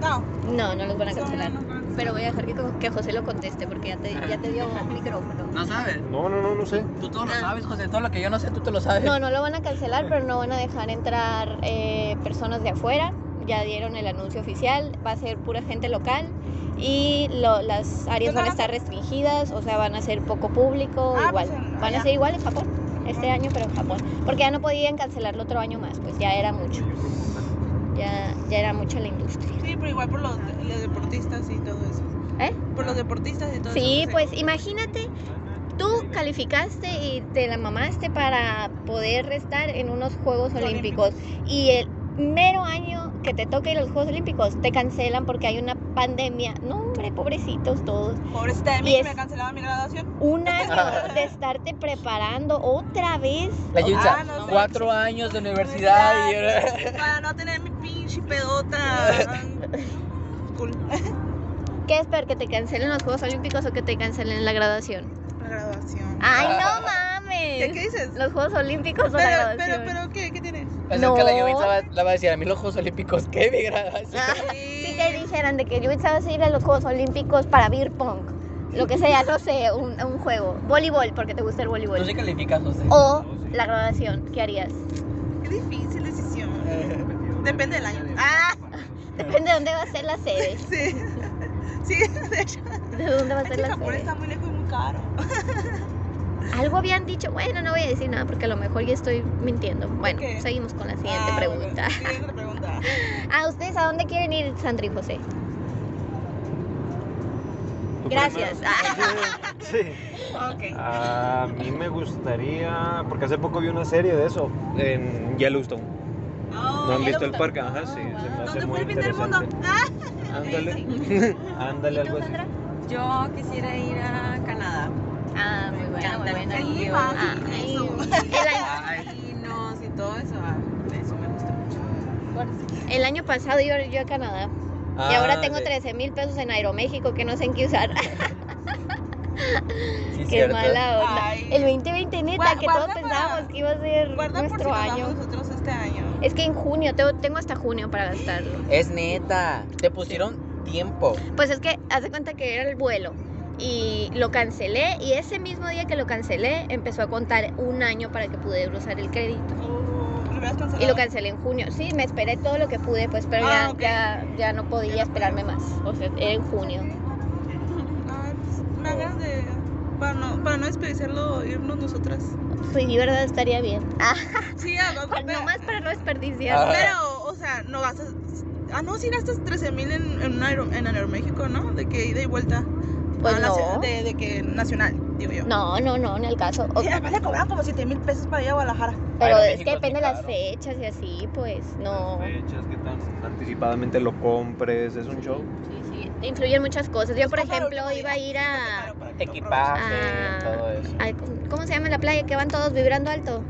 Speaker 2: No,
Speaker 4: No, no los van a
Speaker 2: eso
Speaker 4: cancelar.
Speaker 2: no, no, no.
Speaker 4: Pero voy a dejar que, que José lo conteste porque ya te, ya te dio un micrófono.
Speaker 3: No sabes.
Speaker 5: No, no, no, no sé.
Speaker 3: Tú todo lo sabes, José. Todo lo que yo no sé, tú te lo sabes.
Speaker 4: No, no lo van a cancelar, pero no van a dejar entrar eh, personas de afuera. Ya dieron el anuncio oficial, va a ser pura gente local y lo- las áreas van a estar restringidas, o sea, van a ser poco público,
Speaker 2: Ah,
Speaker 4: igual.
Speaker 2: pues en-
Speaker 4: Van a
Speaker 2: allá.
Speaker 4: ser igual en Japón, este año, pero en Japón. Porque ya no podían cancelarlo otro año más, pues ya era mucho. Ya, ya era mucho la industria.
Speaker 2: Sí, pero igual por los, los deportistas y todo eso.
Speaker 4: ¿Eh?
Speaker 2: Por los deportistas y todo eso. no
Speaker 4: Sí,
Speaker 2: sé.
Speaker 4: pues imagínate, tú calificaste y te la mamaste para poder estar en unos Juegos Olímpicos y el mero año que te toque ir a los Juegos Olímpicos te cancelan porque hay una pandemia. No, hombre, pobrecitos todos.
Speaker 2: Pobrecita este de mí,
Speaker 4: Y
Speaker 2: que
Speaker 4: es-
Speaker 2: me cancelaron mi graduación.
Speaker 4: Un año de estarte preparando otra vez.
Speaker 3: La Yulsa,
Speaker 2: Ah, no sé.
Speaker 3: cuatro años de universidad. y-
Speaker 2: Para no tener mi pinche pedota. Cool.
Speaker 4: ¿Qué es peor, que te cancelen los Juegos Olímpicos o que te cancelen la graduación?
Speaker 2: La graduación.
Speaker 4: Ay, no
Speaker 2: ¿Qué, qué
Speaker 4: mames.
Speaker 2: dices?
Speaker 4: Los Juegos Olímpicos o la
Speaker 2: pero,
Speaker 4: graduación.
Speaker 2: pero, pero, ¿qué, ¿qué tienes?
Speaker 3: Así es que la
Speaker 4: No.
Speaker 3: Yulsa va, la va a decir, a mí los Juegos Olímpicos, ¿qué? Mi graduación.
Speaker 4: Ah, Si te dijeran de que yo sabes ir a los Juegos Olímpicos para beer pong, lo que sea, no sé, un, un juego, voleibol, porque te gusta el
Speaker 3: Tú
Speaker 4: voleibol,
Speaker 3: sí calificas, José.
Speaker 4: o la graduación, ¿qué harías?
Speaker 2: Qué difícil decisión. Depende del año.
Speaker 4: Ah, depende de dónde va a ser la sede,
Speaker 2: Sí. Sí, de hecho,
Speaker 4: de dónde va a
Speaker 2: es
Speaker 4: ser
Speaker 2: que
Speaker 4: la
Speaker 2: Japón
Speaker 4: sede.
Speaker 2: está muy lejos y muy caro.
Speaker 4: Algo habían dicho, bueno, no voy a decir nada porque a lo mejor ya estoy mintiendo. Bueno,
Speaker 2: Ok.
Speaker 4: seguimos con la siguiente
Speaker 2: Ah,
Speaker 4: pregunta.
Speaker 2: bueno, siguiente pregunta.
Speaker 4: ¿A ustedes a dónde quieren ir, Sandra y José?
Speaker 5: Tú
Speaker 4: Gracias.
Speaker 5: primero. Sí.
Speaker 2: Ok.
Speaker 5: A mí me gustaría, porque hace poco vi una serie de eso en Yellowstone. ¿No han visto el parque? Ajá, sí, se me hace
Speaker 2: Ah, ¿Dónde
Speaker 5: muy
Speaker 2: fue el fin del mundo? Ah.
Speaker 5: interesante. Ándale,
Speaker 4: ¿Y
Speaker 5: ándale
Speaker 4: tú,
Speaker 5: algo así.
Speaker 4: Sandra?
Speaker 6: Yo quisiera ir a Canadá.
Speaker 4: Ah, muy bueno, muy
Speaker 6: encanta,
Speaker 4: bueno.
Speaker 6: me
Speaker 2: Sí,
Speaker 6: Ay,
Speaker 2: va,
Speaker 4: Ah, ay,
Speaker 2: eso.
Speaker 4: el año-
Speaker 6: Casinos y todo eso. ah, Eso me gusta mucho.
Speaker 4: El año pasado iba yo a Canadá y
Speaker 3: Ah,
Speaker 4: ahora tengo 13 mil pesos en Aeroméxico que no sé en qué usar.
Speaker 3: Sí,
Speaker 4: Qué
Speaker 3: cierto.
Speaker 4: mala onda.
Speaker 2: Ay.
Speaker 4: El 2020 neta,
Speaker 2: Gua-
Speaker 4: que
Speaker 2: guarda
Speaker 4: todos
Speaker 2: para-
Speaker 4: pensábamos que iba a ser
Speaker 2: Guarda por si
Speaker 4: nuestro
Speaker 2: nos
Speaker 4: año.
Speaker 2: vamos nosotros este año.
Speaker 4: Es que en junio, tengo, tengo hasta junio para gastarlo.
Speaker 3: Es neta. Te pusieron tiempo.
Speaker 4: Pues es que hace cuenta que era el vuelo y lo cancelé y ese mismo día que lo cancelé empezó a contar un año para que pudiera usar el crédito.
Speaker 2: Oh, lo hubieras cancelado.
Speaker 4: Y lo cancelé en junio. Sí, me esperé todo lo que pude, pues, pero ya,
Speaker 2: Ah, ok.
Speaker 4: ya, ya no podía esperarme más. O sea, era en junio.
Speaker 2: Ay, pues, me dan ganas de. Para no, para no desperdiciarlo, irnos nosotras.
Speaker 4: Sí, verdad, estaría bien. Ah,
Speaker 2: Sí, a a-
Speaker 4: pues, nomás para no
Speaker 3: Ah.
Speaker 4: desperdiciar.
Speaker 2: Pero, o sea, no gastas. Ah, no, sí gastas 13 mil en, en, un aero- en Aeroméxico, ¿no? De que ida y vuelta.
Speaker 4: Pues
Speaker 2: Ah, nacio-
Speaker 4: no.
Speaker 2: de, de que nacional, digo yo.
Speaker 4: No, no, no, en el caso. O-
Speaker 2: Sí, además le cobraron como 7 mil pesos para ir a Guadalajara.
Speaker 4: Pero
Speaker 3: Aeroméxico
Speaker 4: es que
Speaker 3: es
Speaker 4: depende de
Speaker 3: muy
Speaker 4: las
Speaker 3: caro.
Speaker 4: fechas y así, pues no.
Speaker 5: Fechas, qué tan anticipadamente lo compres, es un show.
Speaker 4: Sí, sí. Influyen muchas cosas. Yo, por
Speaker 2: Está caro,
Speaker 4: ejemplo,
Speaker 2: último
Speaker 4: iba a
Speaker 2: día.
Speaker 4: ir a.
Speaker 2: Claro, para que lo
Speaker 3: Equipaje,
Speaker 4: Ah.
Speaker 3: todo eso.
Speaker 4: a- ¿Cómo se llama la playa que van todos vibrando alto?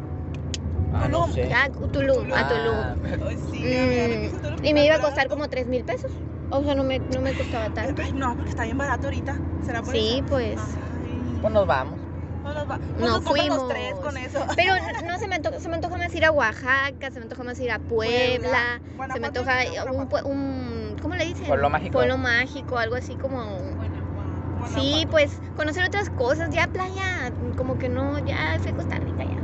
Speaker 3: Ah, no
Speaker 2: Tulum.
Speaker 3: sé.
Speaker 4: Ah, Tulum, a
Speaker 3: Ah,
Speaker 4: Tulum.
Speaker 2: probes. Ay, sí, amiga, lo que hizo todo
Speaker 4: Mm,
Speaker 2: lo
Speaker 4: Y me iba a
Speaker 2: barato.
Speaker 4: costar como 3 mil pesos. O sea, no me, no me costaba tanto.
Speaker 2: Ay, no, porque está bien barato ahorita. ¿Será por
Speaker 4: Sí,
Speaker 2: eso?
Speaker 4: pues.
Speaker 2: Ay.
Speaker 3: Pues nos vamos.
Speaker 2: No nos va. No,
Speaker 4: No
Speaker 2: nos compran
Speaker 4: fuimos.
Speaker 2: los tres con eso.
Speaker 4: Pero no se me antoja, se me antoja más ir a Oaxaca, se me antoja más ir a Puebla, se me
Speaker 2: Guanajuato,
Speaker 4: antoja
Speaker 2: Guanajuato.
Speaker 4: un, pue- un ¿cómo le dicen?
Speaker 3: Pueblo mágico.
Speaker 4: Pueblo mágico, algo así como
Speaker 2: Guanajuato.
Speaker 4: Sí, pues conocer otras cosas, ya playa, como que no, ya fui a Costa Rica ya.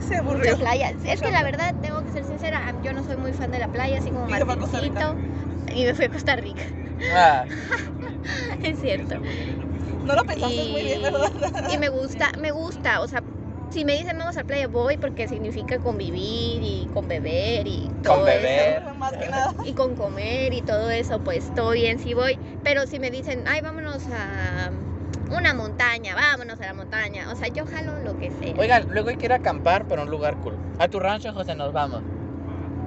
Speaker 2: Se
Speaker 4: Mucha
Speaker 2: aburrió.
Speaker 4: playa. Es que la verdad, tengo que ser sincera, yo no soy muy fan de la playa, así como
Speaker 2: Y se fue a Costa Rica.
Speaker 4: Martincito. Y me fui a Costa Rica,
Speaker 3: Ah,
Speaker 4: es cierto.
Speaker 2: No lo pensaste muy bien, ¿verdad?
Speaker 4: y me gusta, me gusta, o sea, si me dicen vamos a la playa, voy porque significa convivir y con beber y todo
Speaker 3: Con beber.
Speaker 2: Más que nada.
Speaker 4: eso. Y con comer y todo eso, pues todo bien, sí voy. Pero si me dicen, ay, vámonos a una montaña, vámonos a la montaña, o sea, yo jalo lo que sea.
Speaker 3: Oigan, luego hay que ir a acampar, pero a un lugar cool. A tu rancho, José, nos vamos.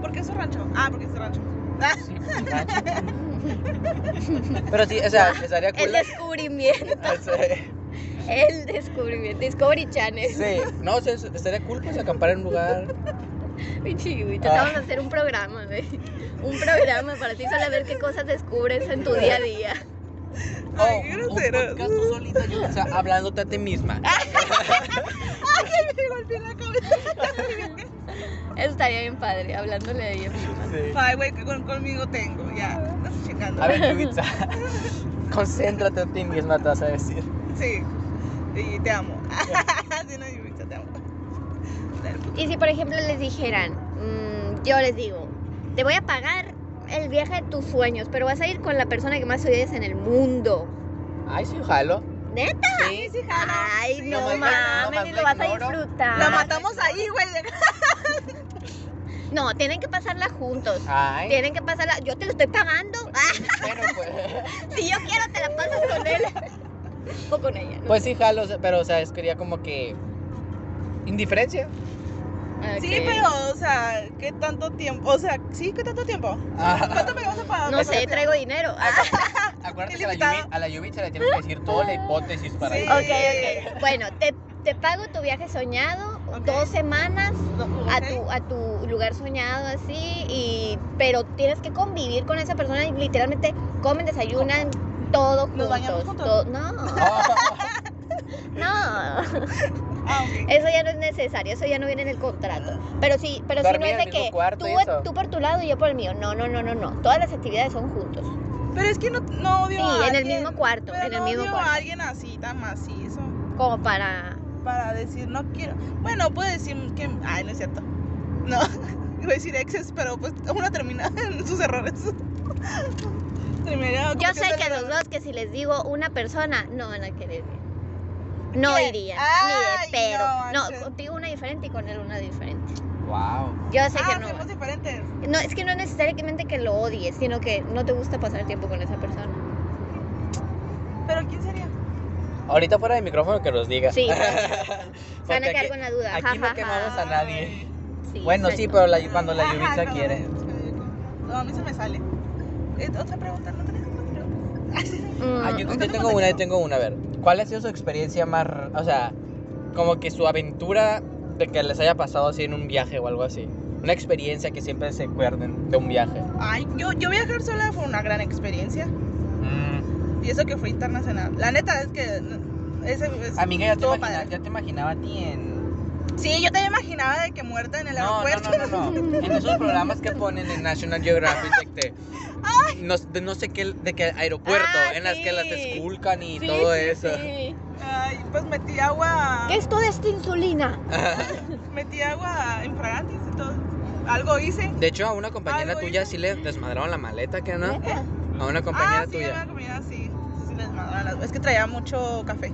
Speaker 2: ¿Por qué es su rancho? Ah, porque es su rancho.
Speaker 3: Sí, un rancho. Pero sí, o sea, estaría
Speaker 4: El
Speaker 3: cool.
Speaker 4: descubrimiento,
Speaker 3: Ah, sí.
Speaker 4: el descubrimiento, Discovery Channel.
Speaker 3: Sí, no, sí, estaría cool pues acampar en un lugar.
Speaker 4: Chiquito,
Speaker 3: Ah.
Speaker 4: vamos a hacer un programa, güey. Un programa para ti solo ver qué cosas descubres en tu día a día.
Speaker 2: Ay,
Speaker 3: Oh,
Speaker 2: qué
Speaker 3: un
Speaker 2: grosero.
Speaker 3: podcast tú solita, yo, o sea, hablándote a ti misma.
Speaker 2: Me golpeé la cabeza.
Speaker 4: Estaría bien padre, hablándole de ella misma.
Speaker 2: Ay, güey, que con- conmigo tengo,
Speaker 4: Ah.
Speaker 2: ya. Estás checando.
Speaker 3: A ver, Yubitsa. Concéntrate en ti misma, te vas a decir.
Speaker 2: Sí. Y te amo. sí, no, Yubitsa, te amo. Dale, puto.
Speaker 4: Y si, por ejemplo, les dijeran, mm, yo les digo, te voy a pagar el viaje de tus sueños, pero vas a ir con la persona que más odies en el mundo.
Speaker 3: Ay, sí, jalo.
Speaker 4: ¿Neta?
Speaker 3: Sí, sí.
Speaker 4: Ay,
Speaker 3: sí,
Speaker 4: no
Speaker 3: nomás
Speaker 4: mames,
Speaker 3: la- nomás
Speaker 4: y
Speaker 3: la
Speaker 4: lo vas a
Speaker 3: ignoro.
Speaker 4: disfrutar.
Speaker 2: La matamos ahí, güey.
Speaker 4: No, tienen que pasarla juntos.
Speaker 3: Ay.
Speaker 4: Tienen que pasarla. Yo te lo estoy pagando. Ah,
Speaker 3: Bueno, pues.
Speaker 4: si yo quiero, te la pasas con él. o con ella. ¿no?
Speaker 3: Pues sí, jalo, o sea, pero o sea, es quería como que. Indiferencia.
Speaker 2: Sí,
Speaker 4: Ok.
Speaker 2: pero, o sea, ¿qué tanto tiempo? O sea, sí, ¿qué tanto tiempo?
Speaker 3: Ah,
Speaker 2: ¿Cuánto me vas a pagar?
Speaker 4: No sé, traigo dinero. Ah,
Speaker 3: acuérdate que a la, Yubi, a la Yubi se le tienes que decir toda la hipótesis para
Speaker 2: Sí.
Speaker 3: ir.
Speaker 4: ok, ok. Bueno, te, te pago tu viaje soñado,
Speaker 2: Ok.
Speaker 4: dos semanas a tu,
Speaker 2: tu.
Speaker 4: a tu lugar soñado así, y, pero tienes que convivir con esa persona y literalmente comen, desayunan, todo juntos.
Speaker 2: ¿Nos bañamos juntos?
Speaker 4: todo- no, no.
Speaker 2: Ah, ok.
Speaker 4: Eso ya no es necesario, eso ya no viene en el contrato. Pero sí, pero si no
Speaker 3: Dormir
Speaker 4: es
Speaker 3: en
Speaker 4: de
Speaker 3: el mismo
Speaker 4: que
Speaker 3: cuarto
Speaker 4: tú,
Speaker 3: y eso.
Speaker 4: tú por tu lado y yo por el mío. No, no, no, no, no. Todas las actividades son juntos.
Speaker 2: Pero es que no, no odio
Speaker 4: Sí,
Speaker 2: a
Speaker 4: en el
Speaker 2: alguien.
Speaker 4: mismo cuarto,
Speaker 2: Pero
Speaker 4: en el
Speaker 2: no
Speaker 4: mismo
Speaker 2: odio a
Speaker 4: cuarto.
Speaker 2: alguien así, tan macizo.
Speaker 4: Como para
Speaker 2: Para decir, no quiero. Bueno, puedo decir que. Ay, no es cierto. No. Iba a decir exes, pero pues uno termina en sus errores. Terminaría
Speaker 4: Yo sé
Speaker 2: cometiendo
Speaker 4: que
Speaker 2: el
Speaker 4: los
Speaker 2: error.
Speaker 4: dos que si les digo una persona, no van a querer ir. No
Speaker 2: ¿Qué?
Speaker 4: irían,
Speaker 2: Ay,
Speaker 4: ni de pero.
Speaker 2: no,
Speaker 4: No,
Speaker 2: Axel.
Speaker 4: contigo una diferente y con él una diferente.
Speaker 3: wow.
Speaker 4: Yo sé
Speaker 2: Ah,
Speaker 4: que no.
Speaker 2: somos diferentes.
Speaker 4: No, es que no es necesariamente que lo odies, sino que no te gusta pasar tiempo con esa persona.
Speaker 2: Pero ¿quién sería?
Speaker 3: Ahorita fuera de micrófono que los diga.
Speaker 4: Sí, se van
Speaker 3: Porque
Speaker 4: a quedar
Speaker 3: aquí-
Speaker 4: con la duda.
Speaker 3: aquí no
Speaker 4: ja, ja,
Speaker 3: quemamos
Speaker 4: ja.
Speaker 3: a nadie.
Speaker 4: Sí,
Speaker 3: Bueno, sí,
Speaker 4: exacto.
Speaker 3: pero la- cuando la
Speaker 2: Ajá,
Speaker 3: Yubitsa
Speaker 2: cuando
Speaker 3: quiere.
Speaker 2: me- No, a mí se me sale. Eh, Otra pregunta, ¿no tenés otra pregunta? Ay, sí, sí.
Speaker 4: Mm,
Speaker 3: Ah, yo, yo
Speaker 2: Buscando
Speaker 3: tengo una, yo
Speaker 2: contenido.
Speaker 3: tengo una. A ver, ¿cuál ha sido su experiencia más. r- O sea, como que su aventura de que les haya pasado así en un viaje o algo así? Una experiencia que siempre se acuerden de un viaje.
Speaker 2: Ay, yo, yo viajar sola fue una gran experiencia.
Speaker 3: Mm.
Speaker 2: Y eso que fue internacional. La neta es que. mm, Ese, es-
Speaker 3: Amiga, ya te,
Speaker 2: estuvo
Speaker 3: imagina-
Speaker 2: padre.
Speaker 3: ya te imaginaba a ti en.
Speaker 2: Sí, yo te imaginaba de que muerta en el
Speaker 3: No,
Speaker 2: aeropuerto.
Speaker 3: no, no, no, no. En esos programas que ponen en National Geographic de, que- no, de no sé qué, de qué aeropuerto,
Speaker 4: Ah,
Speaker 3: en las que las
Speaker 4: sí.
Speaker 3: esculcan y
Speaker 4: sí,
Speaker 3: todo
Speaker 4: sí,
Speaker 3: eso.
Speaker 4: sí.
Speaker 2: Ay, pues metí agua.
Speaker 4: ¿Qué es toda esta insulina?
Speaker 2: Metí agua en fragantes y todo. Algo hice.
Speaker 3: De hecho, a una compañera
Speaker 2: Algo
Speaker 3: tuya
Speaker 2: hizo.
Speaker 3: sí le desmadraron la maleta, ¿qué no?
Speaker 4: ¿Neta?
Speaker 3: A una compañera
Speaker 2: ah, sí,
Speaker 3: tuya.
Speaker 2: una comida así. Sí, sí, les mandaba las- Es que traía mucho café.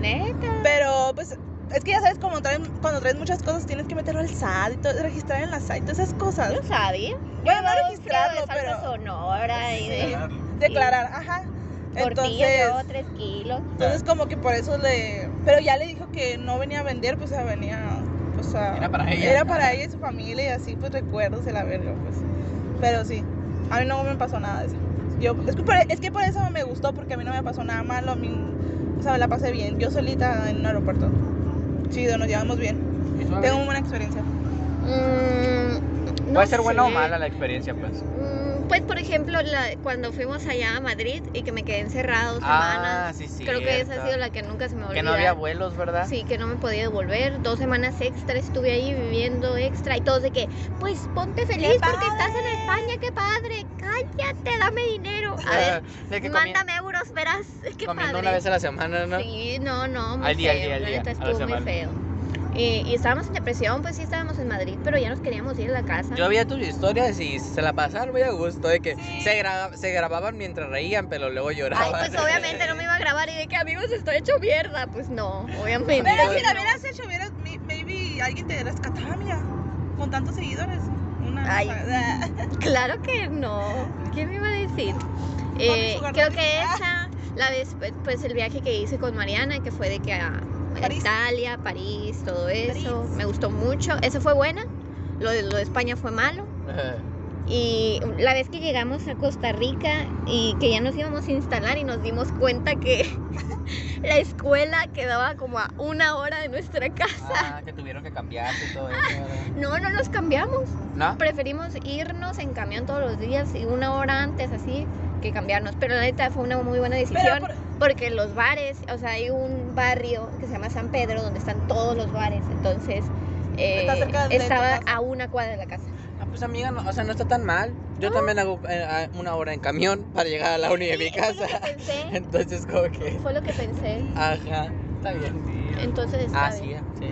Speaker 4: ¿Neta?
Speaker 2: Pero pues es que ya sabes, como traen- cuando traes muchas cosas, tienes que meterlo al SAT y todo, registrar en la SAT y todas esas cosas.
Speaker 4: Yo sabía.
Speaker 2: Bueno, no
Speaker 4: Yo creo
Speaker 2: registrarlo,
Speaker 4: de salsa
Speaker 2: pero-
Speaker 4: sonora y de
Speaker 2: Declarar, ajá.
Speaker 4: tortillas
Speaker 2: Entonces,
Speaker 4: llevo tres kilos.
Speaker 2: entonces como que por eso le... Pero ya le dijo que no venía a vender, pues ya venía... Pues, a-
Speaker 3: Era para ella.
Speaker 2: Era para ella y su familia y así, pues recuerdos de la verga, pues. Pero sí, a mí no me pasó nada de eso. Yo, es, que por, es que por eso me gustó, porque a mí no me pasó nada malo, a mí, o sea, me la pasé bien. Yo solita en un aeropuerto. Chido, nos llevamos bien. Tengo una buena experiencia.
Speaker 4: Mm, no
Speaker 3: Puede ser
Speaker 4: sé.
Speaker 3: buena o mala la experiencia, pues.
Speaker 4: Mm, Pues, por ejemplo, la- cuando fuimos allá a Madrid y que me quedé encerrado dos
Speaker 3: Ah,
Speaker 4: semanas,
Speaker 3: sí, sí.
Speaker 4: creo que esa ha sido la que nunca se me olvidó.
Speaker 3: Que no había vuelos, ¿verdad?
Speaker 4: Sí, que no me podía devolver. Dos semanas extra estuve ahí viviendo extra y todos de que, pues ponte feliz porque estás en España, qué padre. Cállate, dame dinero. A ver,
Speaker 3: de que comi-
Speaker 4: mándame euros, verás. Qué
Speaker 3: comiendo
Speaker 4: padre.
Speaker 3: una vez a la semana, ¿no?
Speaker 4: Sí, no, no, muy
Speaker 3: Al día, al
Speaker 4: feo,
Speaker 3: día, al
Speaker 4: la
Speaker 3: día,
Speaker 4: neta,
Speaker 3: a la
Speaker 4: estuvo muy
Speaker 3: semana.
Speaker 4: feo. Y, y estábamos en depresión, pues sí estábamos en Madrid, pero ya nos queríamos ir a la casa.
Speaker 3: Yo veía tus historias y se la pasaban muy a gusto, de que se, gra- se grababan mientras reían, pero luego
Speaker 4: Ay,
Speaker 3: lloraban.
Speaker 4: pues obviamente no me iba a grabar y de que amigos estoy hecho mierda. Pues no, obviamente.
Speaker 2: Pero si la hubieras hecho, hubieras, mi- maybe alguien te rescataba, mira, con tantos seguidores. Una,
Speaker 4: Ay.
Speaker 2: Ah,
Speaker 4: Claro que no. ¿Quién me iba a decir? Eh,
Speaker 2: sugar
Speaker 4: creo
Speaker 2: daddy.
Speaker 4: que esa, la vez, pues el viaje que hice con Mariana, que fue de que a
Speaker 2: París.
Speaker 4: Italia, París, todo eso,
Speaker 2: París.
Speaker 4: me gustó mucho. Esa fue buena. Lo de, lo de España fue malo. Ah, Y la vez que llegamos a Costa Rica y que ya nos íbamos a instalar y nos dimos cuenta que la escuela quedaba como a una hora de nuestra casa.
Speaker 3: Ah, que tuvieron que cambiarse y todo eso. ¿verdad?
Speaker 4: No, no nos cambiamos.
Speaker 3: ¿No?
Speaker 4: Preferimos irnos en camión todos los días y una hora antes así que cambiarnos. Pero la neta fue una muy buena decisión
Speaker 2: Pero por-
Speaker 4: porque los bares, o sea, hay un barrio que se llama San Pedro donde están todos los bares. Entonces eh,
Speaker 2: Está cerca de tu
Speaker 4: estaba
Speaker 2: casa.
Speaker 4: a una cuadra de la casa.
Speaker 3: Ah, pues amiga, no- o sea, no está tan mal. Yo también hago eh, a- una hora en camión para llegar a la uni de mi
Speaker 4: Fue lo que
Speaker 3: casa.
Speaker 4: pensé.
Speaker 3: Entonces, como que.
Speaker 4: Fue lo que pensé.
Speaker 3: Ajá, está bien.
Speaker 4: Entonces, está
Speaker 3: Ah, sí,
Speaker 4: bien.
Speaker 3: sí.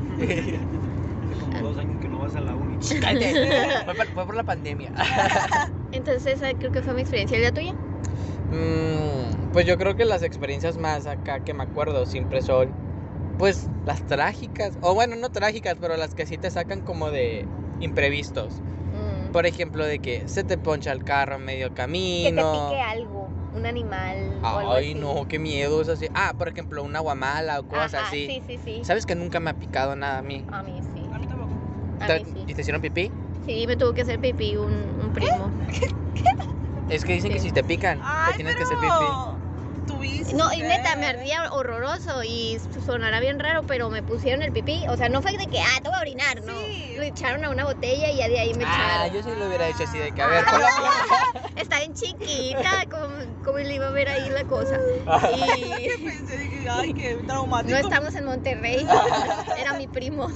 Speaker 5: Hace como dos años que no vas a la uni.
Speaker 3: Cállate. Fue, por- fue por la pandemia.
Speaker 4: Entonces, esa creo que fue mi experiencia. ¿Y la tuya?
Speaker 3: Mm, pues yo creo que las experiencias más acá que me acuerdo siempre son, pues, las trágicas. O bueno, no trágicas, pero las que sí te sacan como de imprevistos.
Speaker 4: Mm.
Speaker 3: Por ejemplo, de que se te poncha el carro a medio
Speaker 4: Que te
Speaker 3: camino.
Speaker 4: pique algo, un animal o algo
Speaker 3: Ay,
Speaker 4: así.
Speaker 3: no, qué miedo es así. Ah, por ejemplo, una guamala o cosas
Speaker 4: Ajá,
Speaker 3: así.
Speaker 4: Sí, sí, sí.
Speaker 3: ¿Sabes que nunca me ha picado nada a mí?
Speaker 4: A mí sí.
Speaker 2: A mí tampoco.
Speaker 4: A
Speaker 3: ¿Te-
Speaker 4: mí
Speaker 3: ¿Y
Speaker 4: sí.
Speaker 3: te hicieron pipí?
Speaker 4: Sí, me tuvo que hacer pipí un, un primo.
Speaker 3: Es que dicen que
Speaker 4: Sí.
Speaker 3: si te pican,
Speaker 2: Ay,
Speaker 3: te tienes
Speaker 2: pero... eh.
Speaker 3: que hacer pipí.
Speaker 2: Tuviste.
Speaker 4: No, y neta, me ardía horroroso y sonará bien raro, pero me pusieron el pipí. O sea, no fue de que, ah, te voy a orinar, no.
Speaker 2: Sí.
Speaker 4: Lo echaron a una botella y ya de ahí me
Speaker 3: Ah,
Speaker 4: echaron. Ah,
Speaker 3: yo sí lo hubiera hecho así de que, a ver, ponlo aquí.
Speaker 4: Está bien chiquita, como, como le iba a ver ahí la cosa.
Speaker 2: Yo
Speaker 4: Y
Speaker 2: pensé, dije, ay, qué traumático.
Speaker 4: no estamos en Monterrey, era mi primo.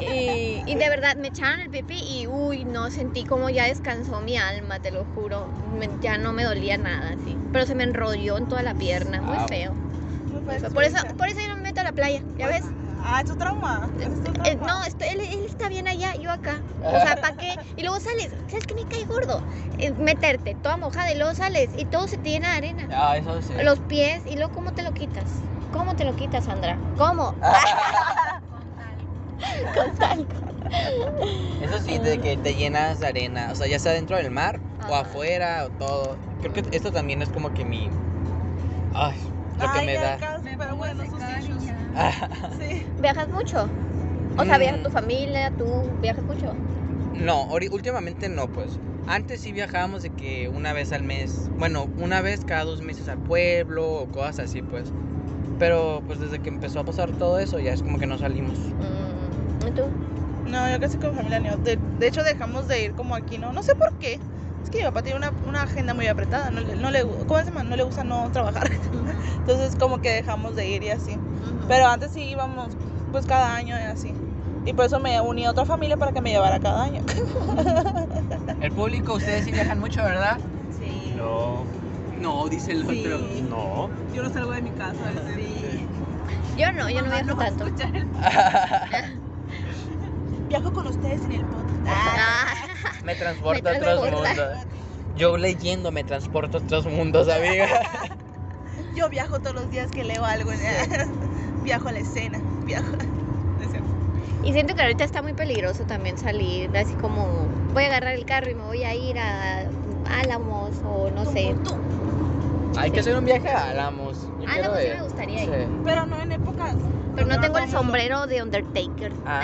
Speaker 4: Y, y de verdad, me echaron el pipí y uy, no, sentí como ya descansó mi alma, te lo juro. Me- ya no me dolía nada, sí. Pero se me enrolló en toda la pierna, muy
Speaker 3: Au.
Speaker 4: feo.
Speaker 2: No fue
Speaker 4: Muy feo. Por eso,
Speaker 2: experiencia.
Speaker 4: por eso yo no me meto a la playa, ¿ya ves?
Speaker 2: Ah, es tu trauma. Ese es tu
Speaker 4: Eh,
Speaker 2: trauma.
Speaker 4: no, estoy- él, él está bien allá, yo acá. O sea, ¿para qué? Y luego sales, ¿sabes qué me cae gordo? Eh, meterte toda mojada y luego sales y todo se te llena de arena.
Speaker 3: Ah, eso sí.
Speaker 4: Los pies y luego, ¿cómo te lo quitas? ¿Cómo te lo quitas, Sandra? ¿Cómo? Con talco.
Speaker 3: Eso sí, de que te llenas de arena, o sea, ya sea dentro del mar o
Speaker 4: Ajá.
Speaker 3: afuera o todo. Creo que esto también es como que mi... Ay, lo que
Speaker 2: Ay,
Speaker 3: me
Speaker 2: ya
Speaker 3: da.
Speaker 2: casi, pero bueno, sus issues. Sí.
Speaker 4: ¿Viajas mucho? O sea,
Speaker 3: Mm.
Speaker 4: viajas tu familia, tú viajas mucho.
Speaker 3: No, ori- últimamente no, pues. Antes sí viajábamos de que una vez al mes, bueno, una vez cada dos meses al pueblo o cosas así, pues. Pero pues desde que empezó a pasar todo eso ya es como que no salimos.
Speaker 4: Mm, ¿Y tú?
Speaker 2: No, yo casi con familia no. De, de hecho, dejamos de ir como aquí, ¿no? No sé por qué. Es que mi papá tiene una, una agenda muy apretada. No, le- no le, gu- ¿Cómo se llama? No le gusta no trabajar. Entonces, como que dejamos de ir y así.
Speaker 3: Mm.
Speaker 2: Pero antes sí íbamos, pues cada año y así. Y por eso me uní a otra familia para que me llevara cada año.
Speaker 3: El público, ustedes sí viajan mucho, ¿verdad?
Speaker 6: Sí.
Speaker 5: No,
Speaker 3: No, dice el
Speaker 6: Sí.
Speaker 3: otro.
Speaker 5: no.
Speaker 6: Yo no salgo de mi casa. Sí.
Speaker 4: Yo no, yo no viajo
Speaker 6: va a
Speaker 4: tanto.
Speaker 6: escuchar el-
Speaker 2: Viajo con ustedes en el podcast.
Speaker 4: Ah,
Speaker 3: Me transporta
Speaker 4: Me
Speaker 3: a otros
Speaker 4: transporta.
Speaker 3: mundos. Yo leyendo me transporto a otros mundos, amiga.
Speaker 2: Yo viajo todos los días que leo algo. ¿eh? viajo a la escena. Viajo.
Speaker 4: Y siento que ahorita está muy peligroso también salir, así como voy a agarrar el carro y me voy a ir a Álamos o no sé.
Speaker 3: Hay que hacer un viaje a Alamos. Yo
Speaker 2: Ah,
Speaker 3: quiero
Speaker 4: Álamos
Speaker 2: pues
Speaker 4: sí
Speaker 3: ir.
Speaker 4: me gustaría ir.
Speaker 3: eh, Sí.
Speaker 2: Pero no en épocas.
Speaker 4: Pero no
Speaker 2: no
Speaker 4: tengo el
Speaker 2: todo mundo.
Speaker 4: sombrero de Undertaker.
Speaker 3: Ah,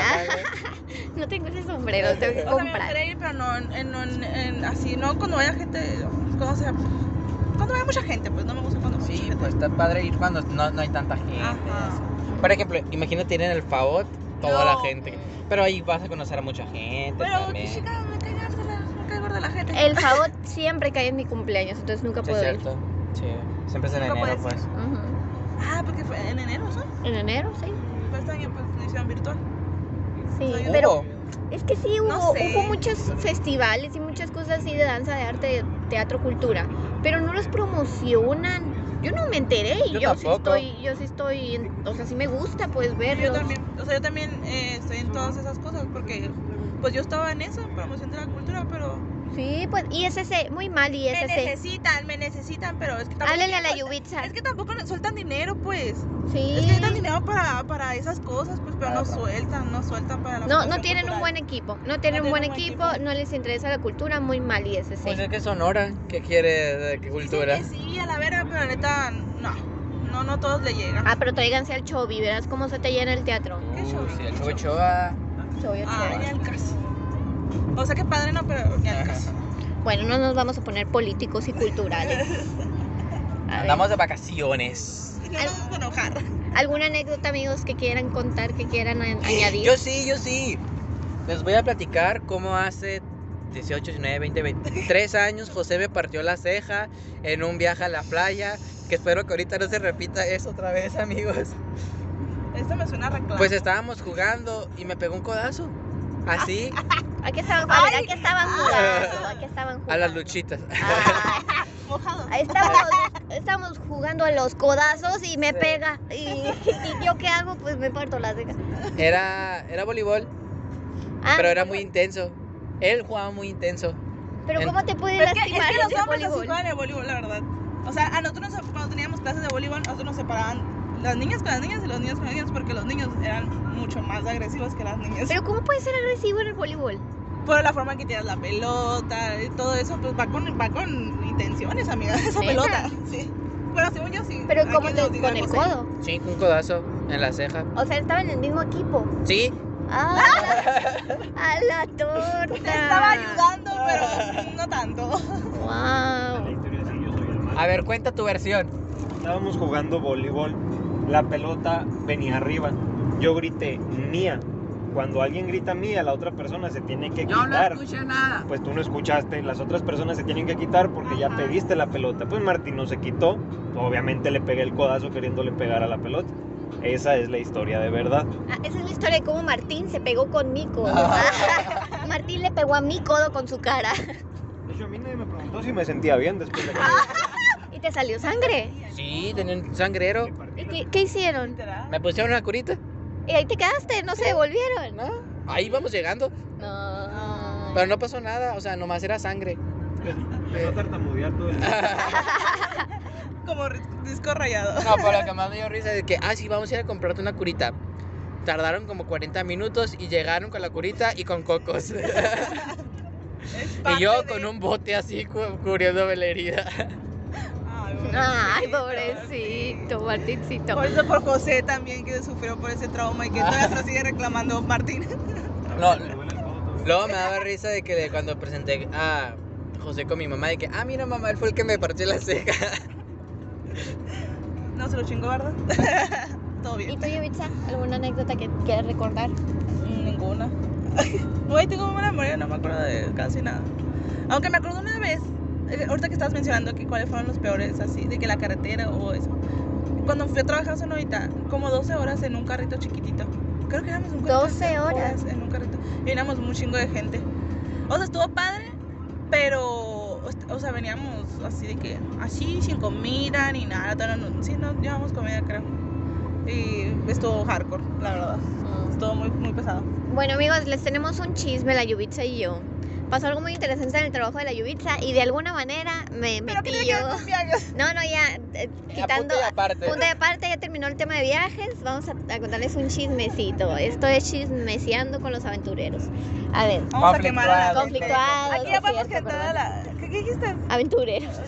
Speaker 4: no tengo ese sombrero, tengo que
Speaker 2: O sea, me
Speaker 4: comprar.
Speaker 2: gustaría ir, pero no en, en- no en- en- así, no cuando vaya gente, ¿cómo se llama? Cuando vaya mucha gente, pues no me gusta cuando vaya mucha
Speaker 3: sí,
Speaker 2: gente.
Speaker 3: pues está padre ir cuando no, no hay tanta gente.
Speaker 2: Ajá.
Speaker 4: pues,
Speaker 3: Por ejemplo, imagínate ir en el Favot, toda la
Speaker 2: No.
Speaker 3: gente. que- Pero ahí vas a conocer a mucha gente
Speaker 2: Pero
Speaker 3: también.
Speaker 2: chica, me cae gorda la, me cae gorda la gente.
Speaker 4: El favor siempre cae en mi cumpleaños, entonces nunca
Speaker 3: Sí, es
Speaker 4: puedo ir.
Speaker 3: cierto. Sí. Siempre es en
Speaker 2: Nunca
Speaker 3: enero,
Speaker 2: puedes
Speaker 3: pues.
Speaker 4: Ujú.
Speaker 2: Ah, porque fue en enero, ¿sabes?
Speaker 4: En enero, sí.
Speaker 2: Pues este año pues lo hicieron virtual.
Speaker 4: Sí,
Speaker 2: Soy
Speaker 4: pero
Speaker 3: Hubo.
Speaker 4: es que sí hubo,
Speaker 2: No sé.
Speaker 4: hubo muchos festivales y muchas cosas así de danza, de arte, de teatro, cultura, pero no los promocionan. Yo no me enteré y
Speaker 3: Yo
Speaker 4: yo, sí
Speaker 3: tampoco.
Speaker 4: estoy, yo sí estoy, en- o sea, sí me gusta pues verlos.
Speaker 2: Yo también, o sea, yo también eh, estoy en todas esas cosas porque pues yo estaba en eso, en promoción de la cultura, pero
Speaker 4: Sí, pues ISC, muy mal
Speaker 2: me
Speaker 4: ISC.
Speaker 2: necesitan, me necesitan, pero es que tampoco
Speaker 4: Háblale a la Yubitsa.
Speaker 2: Es que tampoco nos sueltan dinero, pues.
Speaker 4: Sí.
Speaker 2: Es que necesitan dinero para, para esas cosas, pues, pero
Speaker 3: Ah, Para
Speaker 2: no
Speaker 3: la-
Speaker 2: sueltan, no sueltan para la
Speaker 4: No, no
Speaker 2: promoción
Speaker 4: tienen un
Speaker 2: cultural.
Speaker 4: buen equipo, no tienen un buen equipo, no les interesa la cultura, muy mal ISC.
Speaker 3: Pues es que Sonora, ¿qué quiere de qué
Speaker 2: Dicen
Speaker 3: cultura?
Speaker 2: que sí, a la verga, pero la neta, no. No, no todos le llegan.
Speaker 4: Ah, pero tráiganse al Chobi, verás cómo se te llena el teatro. Ah,
Speaker 3: Uh,
Speaker 2: ¿Qué show?
Speaker 3: sí, el Chavo Ochoa.
Speaker 4: Chobi Ochoa.
Speaker 2: Ay, ni al caso. O sea que padre no, pero ni al caso.
Speaker 4: Bueno, no nos vamos a poner políticos y culturales. A ver,
Speaker 3: Andamos de vacaciones.
Speaker 2: No nos vamos a enojar.
Speaker 4: ¿Alguna anécdota, amigos, que quieran contar, que quieran a- añadir?
Speaker 3: Yo sí, yo sí. Les voy a platicar cómo hace 18, 19, 20, 23 años José me partió la ceja en un viaje a la playa. Que espero que ahorita no se repita eso otra vez, amigos.
Speaker 2: Esta eso me suena a reclamo.
Speaker 3: Pues estábamos jugando y me pegó un codazo. Así,
Speaker 4: Aquí estaban, a ver, aquí estaban jugando, aquí estaban jugando.
Speaker 3: Ah. a las luchitas.
Speaker 4: Ah,
Speaker 2: Mojado.
Speaker 4: estábamos, estábamos jugando a los codazos y me
Speaker 6: Sí.
Speaker 4: pega. Y, y yo qué hago, pues me parto las cejas.
Speaker 3: Era, era voleibol,
Speaker 4: Ah,
Speaker 3: pero era muy intenso. Él jugaba muy intenso.
Speaker 4: pero ¿cómo te puede
Speaker 2: Es que, es
Speaker 4: lastimar
Speaker 2: que los
Speaker 4: ese
Speaker 2: hombres así
Speaker 4: voleibol?
Speaker 2: juegan el voleibol, la verdad. O sea, a nosotros nos- cuando teníamos clases de voleibol, nosotros nos separaban las niñas con las niñas y los niños con los niños porque los niños eran mucho más agresivos que las niñas.
Speaker 4: Pero ¿cómo puede ser agresivo en el voleibol?
Speaker 2: Por la forma en que tiras la pelota y todo eso, pues va con, va con intenciones, amiga, esa
Speaker 4: ¿Neta?
Speaker 2: pelota. Sí. Bueno, según yo sí.
Speaker 4: Pero
Speaker 2: aquí
Speaker 4: ¿cómo
Speaker 2: lo
Speaker 4: te,
Speaker 2: digo
Speaker 4: con el
Speaker 2: algo serio.
Speaker 4: codo?
Speaker 3: Sí, un codazo en la ceja.
Speaker 4: O sea, estaba en el mismo equipo.
Speaker 3: Sí,
Speaker 4: Ah, a la torta.
Speaker 2: Te estaba ayudando, pero no tanto.
Speaker 5: La
Speaker 4: Wow.
Speaker 5: historia sí, yo soy el malo.
Speaker 3: a ver, cuenta tu versión.
Speaker 5: Estábamos jugando voleibol, la pelota venía arriba. Yo grité mía. Cuando alguien grita mía, la otra persona se tiene que
Speaker 6: Yo no
Speaker 5: quitar.
Speaker 6: escuché nada.
Speaker 5: pues tú no escuchaste, las otras personas se tienen que quitar porque ya
Speaker 6: Ajá.
Speaker 5: pediste la pelota. Pues Martín no se quitó, obviamente le pegué el codazo queriéndole pegar a la pelota. Esa es la historia de verdad.
Speaker 4: Ah, esa es la historia de cómo Martín se pegó con mi codo.
Speaker 2: Ah.
Speaker 4: Martín le pegó a mi codo con su cara.
Speaker 5: De hecho, a mí nadie me preguntó si me sentía bien después de que
Speaker 4: Y te salió sangre.
Speaker 3: Sí, tenía un sangrero.
Speaker 4: ¿Y qué, qué hicieron?
Speaker 2: Literal.
Speaker 3: Me pusieron una curita,
Speaker 4: Y ahí te quedaste, no se devolvieron.
Speaker 3: ¿no? Ahí vamos llegando,
Speaker 4: No.
Speaker 3: pero no pasó nada, o sea, nomás era sangre.
Speaker 5: empezó a tartamudear todo el
Speaker 2: Como ri- disco rayado.
Speaker 3: No, pero lo que más me dio risa es que, ah, sí, vamos a ir a comprarte una curita. Tardaron como 40 minutos y llegaron con la curita y con cocos.
Speaker 2: Es
Speaker 3: Y
Speaker 2: parte
Speaker 3: yo
Speaker 2: de-
Speaker 3: con un bote así cu- cubriéndome la herida.
Speaker 2: Ay,
Speaker 4: Ay,
Speaker 2: sí.
Speaker 4: pobrecito, Martincito.
Speaker 2: Por eso por José también que sufrió por ese trauma y que todavía se sigue reclamando Martín.
Speaker 3: No, luego me daba risa de que de cuando presenté a José con mi mamá, de que, ah, mira, mamá, él fue el que me partió la ceja.
Speaker 2: No se lo chingo, ¿verdad? Todo
Speaker 4: ¿Y
Speaker 2: bien.
Speaker 4: tú, Yubitsa, alguna anécdota que quieras recordar?
Speaker 2: Ninguna. Güey, tengo mala memoria, no me acuerdo de casi nada. Aunque me acuerdo una vez, eh, ahorita que estabas mencionando que cuáles fueron los peores, así, de que la carretera o eso. Cuando fui a trabajar a Sonorita, como 12 horas en un carrito chiquitito. Creo que éramos un carrito. de
Speaker 4: 12
Speaker 2: seis
Speaker 4: horas.
Speaker 2: En un carrito. Y éramos un chingo de gente. O sea, estuvo padre, pero, o o sea, veníamos así de que, así, sin comida ni nada. todavía no- sí, no llevamos comida, creo. Y estuvo hardcore, la verdad. Estuvo muy, muy pesado.
Speaker 4: Bueno, amigos, les tenemos un chisme, la Yubitsa y yo. Pasó algo muy interesante en el trabajo de la Yubitsa y de alguna manera me
Speaker 2: Pero que
Speaker 4: metí
Speaker 2: tiene que
Speaker 4: yo.
Speaker 2: ver con viajes.
Speaker 4: No, no, ya, eh, quitando.
Speaker 3: Apunte y aparte.
Speaker 4: Punto de aparte, ya terminó el tema de viajes. Vamos a, a contarles un chismecito. Esto es chismeceando con los aventureros. A ver,
Speaker 2: Vamos a quemar a la gente.
Speaker 4: conflictuados.
Speaker 2: Aquí
Speaker 4: es
Speaker 2: ya podemos
Speaker 4: cierto,
Speaker 2: cantar a
Speaker 4: perdón.
Speaker 2: la. ¿Qué, qué dijiste?
Speaker 4: Aventureros.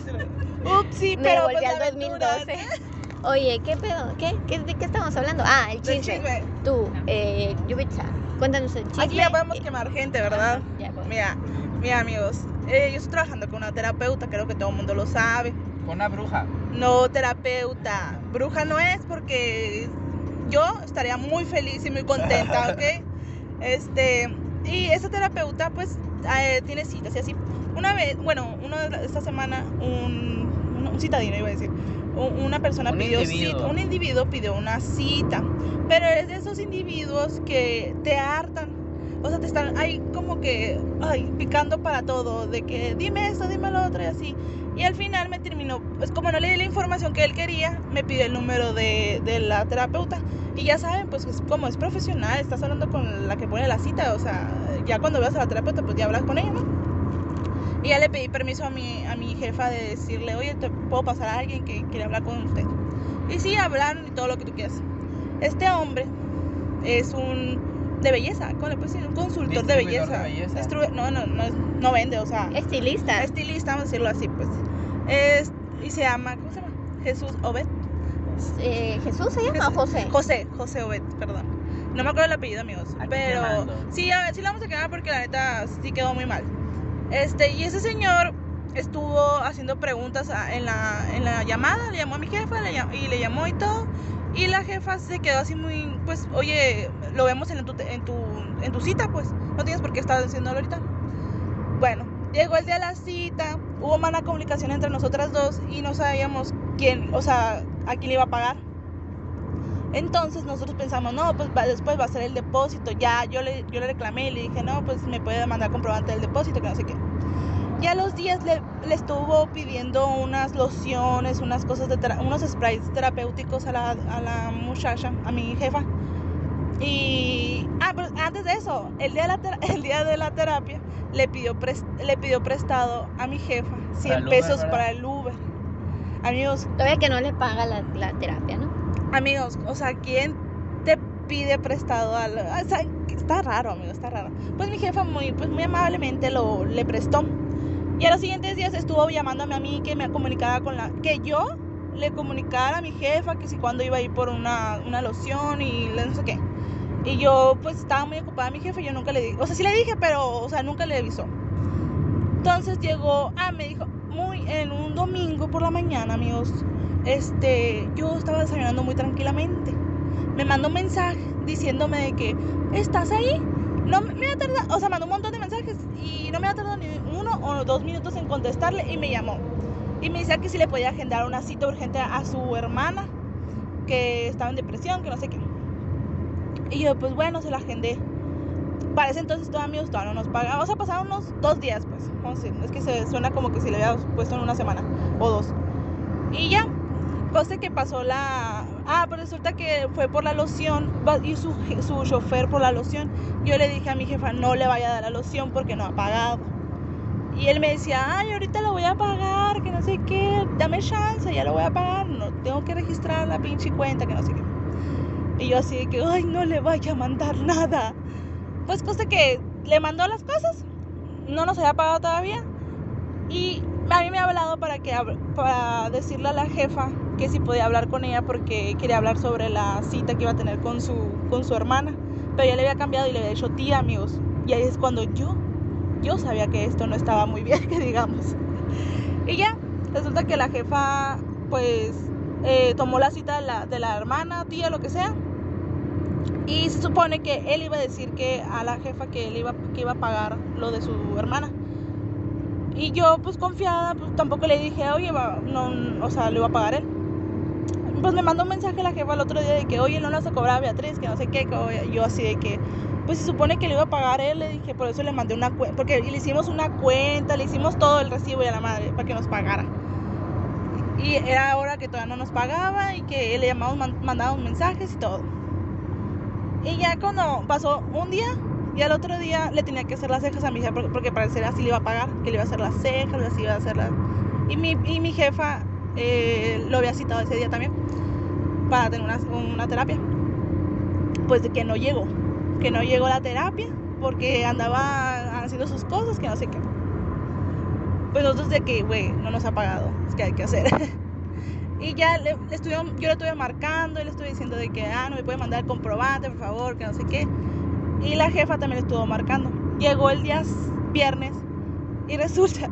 Speaker 2: Upsi,
Speaker 4: Me
Speaker 2: pero
Speaker 4: volví
Speaker 2: pues
Speaker 4: al
Speaker 2: aventuras.
Speaker 4: 2012. Oye, ¿qué pedo? ¿Qué? ¿Qué- ¿De qué estamos hablando? Ah, el
Speaker 2: Del
Speaker 4: chisme.
Speaker 2: chisme.
Speaker 4: Tú, eh, Yubitsa, cuéntanos el chisme. Eh,
Speaker 2: Aquí ya podemos quemar gente, ¿verdad?
Speaker 4: Ya, pues.
Speaker 2: Mira, mira amigos, eh, yo estoy trabajando con una terapeuta, creo que todo el mundo lo sabe.
Speaker 3: Con una bruja.
Speaker 2: No, terapeuta, bruja no es porque yo estaría muy feliz y muy contenta, ¿ok? Este, y esa terapeuta pues eh, tiene citas y así. Una vez, bueno, una de la- esta semana un, un- un citadino iba a decir, un- una persona
Speaker 3: Un
Speaker 2: pidió
Speaker 3: individuo.
Speaker 2: cita, un individuo pidió una cita, pero es de esos individuos que te hartan. O sea, te están ahí como que ay, picando para todo, de que dime esto, dime lo otro y así. Y al final me terminó, pues como no le di la información que él quería, me pidió el número de, de la terapeuta. Y ya saben, pues es- como es profesional, estás hablando con la que pone la cita, o sea, ya cuando veas a la terapeuta, pues ya hablas con ella, ¿no? Y ya le pedí permiso a mi, a mi jefa de decirle, oye, te puedo pasar a alguien que quiere hablar con usted. Y sí, hablaron y todo lo que tú quieras. Este hombre es un de belleza, ¿cómo le puedes decir? Un consultor de
Speaker 3: Distribuidor de
Speaker 2: belleza.
Speaker 3: belleza.
Speaker 2: Distribu- no, no, no, es- no vende, o sea,
Speaker 4: Estilista.
Speaker 2: estilista, vamos a decirlo así, pues. Es- y se llama, ¿cómo se llama? Jesús Obed.
Speaker 4: Eh, ¿Jesús se llama o José?
Speaker 2: José, José Obed, perdón. No me acuerdo el apellido, amigos.
Speaker 3: Aquí
Speaker 2: Pero
Speaker 3: quemando.
Speaker 2: sí, a ver, sí lo vamos a quedar porque la neta sí quedó muy mal. Este, y ese señor estuvo haciendo preguntas a- en, la, en la llamada, le llamó a mi jefa le llam- y le llamó y todo. Y la jefa se quedó así muy, pues, oye, lo vemos en tu, en tu, en tu cita, pues. No tienes por qué estar haciéndolo ahorita. Bueno, llegó el día de la cita, hubo mala comunicación entre nosotras dos y no sabíamos quién, o sea, a quién le iba a pagar. Entonces nosotros pensamos, no, pues va- después va a ser el depósito. Ya yo le, yo le reclamé y le dije, no, pues me puede mandar comprobante del depósito, que no sé qué. Y a los días le, le estuvo pidiendo unas lociones, unas cosas, de tera- unos sprays terapéuticos a la, a la muchacha, a mi jefa. Y, ah, pero antes de eso, el día de la, ter- el día de la terapia le pidió, pres- le pidió prestado a mi jefa 100
Speaker 3: el Uber,
Speaker 2: pesos
Speaker 3: ¿verdad?
Speaker 2: para el Uber. Amigos,
Speaker 4: Todavía que no le paga la, la terapia, ¿no?
Speaker 2: Amigos, o sea, ¿quién te pide prestado algo? O sea, está raro, amigo, está raro. Pues mi jefa muy, pues muy amablemente lo, le prestó. Y a los siguientes días estuvo llamándome a mí que me comunicara con la... Que yo le comunicara a mi jefa que si cuando iba a ir por una, una loción y la no sé qué. Y yo pues estaba muy ocupada mi jefa, yo nunca le dije, o sea, sí le dije, pero, o sea, nunca le avisó. Entonces llegó, ah, me dijo, muy, en un domingo por la mañana, amigos, este, yo estaba desayunando muy tranquilamente. Me mandó un mensaje diciéndome de que, ¿estás ahí? No me me ha tardado, o sea, mandó un montón de mensajes y no me ha tardado ni uno o dos minutos en contestarle y me llamó. Y me decía que si le podía agendar una cita urgente a su hermana, que estaba en depresión, que no sé qué. Y yo, pues bueno, se la agendé. Para ese entonces todavía amigos todavía no nos pagaban. O sea, pasaron unos dos días, pues. Vamos a decir, es que se suena como que si le había puesto en una semana o dos. Y ya, cosa que pasó la... Ah, pero resulta que fue por la loción va- y su, je- su chofer por la loción. Yo le dije a mi jefa, no le vaya a dar la loción porque no ha pagado. Y él me decía, ay, ahorita la voy a pagar, que no sé qué, dame chance, ya la voy a pagar, no, tengo que registrar la pinche cuenta, que no sé qué. Y yo así de que, ay, no le vaya a mandar nada. Pues cosa que le mandó las cosas, no nos había pagado todavía. Y a mí me ha hablado para, que, hab- para decirle a la jefa que si podía hablar con ella porque quería hablar sobre la cita que iba a tener con su, con su hermana. Pero ya le había cambiado y le había dicho tía, amigos. Y ahí es cuando yo, yo sabía que esto no estaba muy bien, que digamos. Y ya, resulta que la jefa, pues, eh, tomó la cita de la, de la hermana, tía, lo que sea. Y se supone que él iba a decir que a la jefa que él iba, que iba a pagar lo de su hermana. Y yo, pues confiada, pues tampoco le dije, oye, va- no, o sea, lo iba a pagar él. Pues me mandó un mensaje la jefa el otro día de que, oye, no lo vas a cobrar a Beatriz, que no sé qué. que- Yo así de que, pues se supone que lo iba a pagar él, le dije, por eso le mandé una cuenta, porque le hicimos una cuenta, le hicimos todo el recibo y a la madre para que nos pagara. Y era hora que todavía no nos pagaba y que le llamamos, man- mandábamos mensajes y todo. Y ya cuando pasó un día, y al otro día le tenía que hacer las cejas a mi jefa porque, porque parecer así le iba a pagar, que le iba a hacer las cejas, así iba a hacer las... Y mi, y mi jefa eh, lo había citado ese día también para tener una, una terapia. Pues de que no llegó, que no llegó la terapia porque andaba haciendo sus cosas, que no sé qué. Pues nosotros de que, güey, no nos ha pagado, es que hay que hacer. Y ya le, le estuvieron- yo le estuve marcando y le estuve diciendo de que, ah, no me puede mandar el comprobante, por favor, que no sé qué. Y la jefa también le estuvo marcando. Llegó el día s- viernes y resulta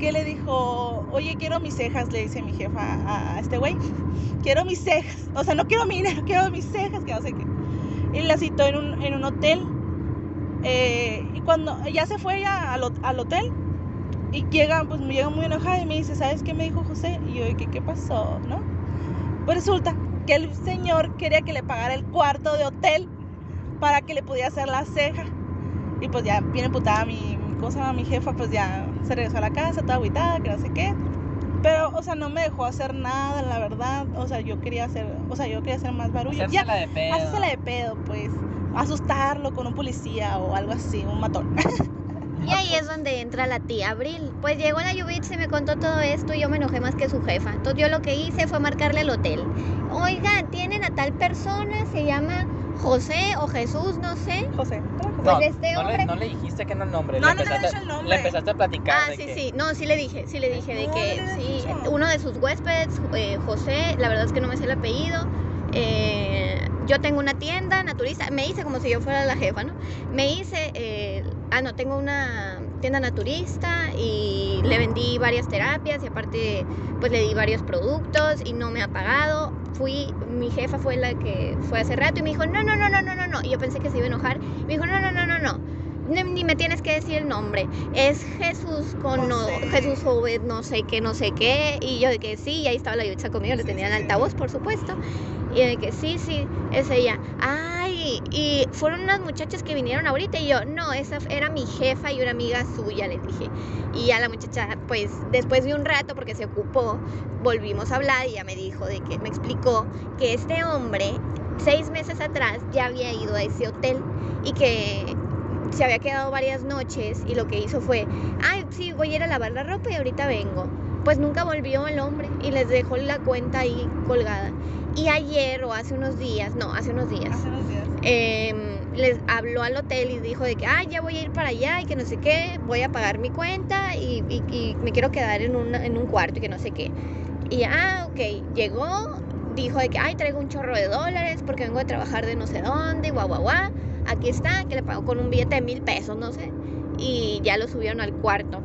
Speaker 2: que le dijo, oye, quiero mis cejas, le dice mi jefa a, a este güey. Quiero mis cejas. O sea, no quiero mi dinero, quiero mis cejas, que no sé qué. Y la citó en un, en un hotel. Eh, y cuando ya se fue ella al, hot- al hotel y llega, pues me llega muy enojada y me dice, ¿sabes qué me dijo José? Y yo, ¿qué, qué pasó? ¿No? Pues resulta que el señor quería que le pagara el cuarto de hotel para que le pudiera hacer la ceja. Y pues ya viene putada mi, mi- ¿cómo se llama? mi jefa, pues ya se regresó a la casa, toda aguitada, que no sé qué. Pero, o sea, no me dejó hacer nada, la verdad. O sea, yo quería hacer, o sea, yo quería hacer más barullo. Ya-
Speaker 3: Hacérsela de pedo.
Speaker 2: Hacérsela de pedo, pues. Asustarlo con un policía o algo así, un matón.
Speaker 4: Y ahí es donde entra la tía Abril. Pues llegó la Yubitz y me contó todo esto y yo me enojé más que su jefa. Entonces yo lo que hice fue marcarle al hotel. Oiga, tienen a tal persona, se llama José o Jesús, no sé.
Speaker 2: José. ¿era José?
Speaker 4: Pues este
Speaker 3: no,
Speaker 4: hombre-
Speaker 3: le, no le dijiste que no el nombre.
Speaker 2: No, no
Speaker 3: le
Speaker 2: le había
Speaker 3: empezaste-
Speaker 2: dicho el nombre.
Speaker 3: Le empezaste a platicar.
Speaker 4: Ah,
Speaker 3: de
Speaker 4: sí,
Speaker 3: que-
Speaker 4: sí. No, sí le dije, sí le dije de
Speaker 2: No,
Speaker 4: que
Speaker 2: no le habías
Speaker 4: sí.
Speaker 2: dicho.
Speaker 4: Uno de sus huéspedes, eh, José, la verdad es que no me sé el apellido. eh, yo tengo una tienda naturista. Me hice como si yo fuera la jefa, ¿no? Me hice. eh, ah, no, tengo una tienda naturista y le vendí varias terapias y aparte, pues le di varios productos y no me ha pagado. Fui, mi jefa fue la que fue hace rato y me dijo, no, no, no, no, no, no, no. Y yo pensé que se iba a enojar. Me dijo, no, no, no, no, no. Ni, ni me tienes que decir el nombre. Es Jesús con no-
Speaker 2: José.
Speaker 4: Jesús Jovet, no sé qué, no sé qué. Y yo de que sí, y ahí estaba la yucha conmigo, le
Speaker 2: Sí,
Speaker 4: tenía
Speaker 2: sí,
Speaker 4: el
Speaker 2: sí.
Speaker 4: altavoz, por supuesto. Y de que sí, sí, es ella. Ay, y fueron unas muchachas que vinieron ahorita y yo, no, esa era mi jefa y una amiga suya, les dije. Y ya la muchacha, pues después de un rato, porque se ocupó, volvimos a hablar y ya me dijo de que, me explicó que este hombre seis meses atrás ya había ido a ese hotel y que se había quedado varias noches y lo que hizo fue, ay, sí, voy a ir a lavar la ropa y ahorita vengo. Pues nunca volvió el hombre y les dejó la cuenta ahí colgada. Y ayer o hace unos días, no, hace unos días,
Speaker 6: Hace unos días.
Speaker 4: em, les habló al hotel y dijo de que, ay, ya voy a ir para allá y que no sé qué, voy a pagar mi cuenta y, y- y me quiero quedar en, una- en un cuarto y que no sé qué. Y, ah, ok, llegó, dijo de que, ay, traigo un chorro de dólares porque vengo de trabajar de no sé dónde, y guau, guau, guau. Aquí está, que le pagó con un billete de mil pesos, no sé. Y ya lo subieron al cuarto.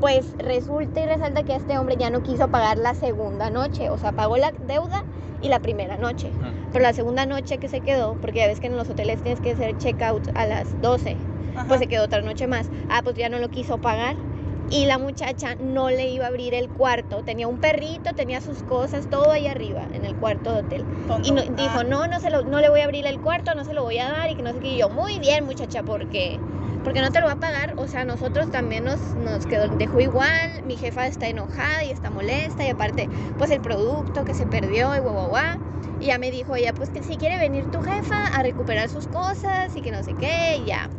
Speaker 4: Pues resulta y resalta que este hombre ya no quiso pagar la segunda noche. O sea, pagó la deuda y la primera noche.
Speaker 3: Ah.
Speaker 4: Pero la segunda noche que se quedó, porque ya ves que en los hoteles tienes que hacer check-out a las 12
Speaker 2: Ajá.
Speaker 4: pues se quedó otra noche más. Ah, pues ya no lo quiso pagar. Y la muchacha no le iba a abrir el cuarto. Tenía un perrito, tenía sus cosas, todo ahí arriba, en el cuarto de hotel.
Speaker 2: Tonto.
Speaker 4: Y no-
Speaker 2: Ah,
Speaker 4: dijo, no, no, se lo, no le voy a abrir el cuarto, no se lo voy a dar. Y que no sé qué. Y yo, muy bien, muchacha, porque porque no te lo va a pagar. O sea, nosotros también nos, nos quedó, dejó igual. Mi jefa está enojada y está molesta. Y aparte, pues el producto que se perdió y guau, guau, guau. Y ya me dijo ella, pues que si quiere venir tu jefa a recuperar sus cosas y que no sé qué, y ya.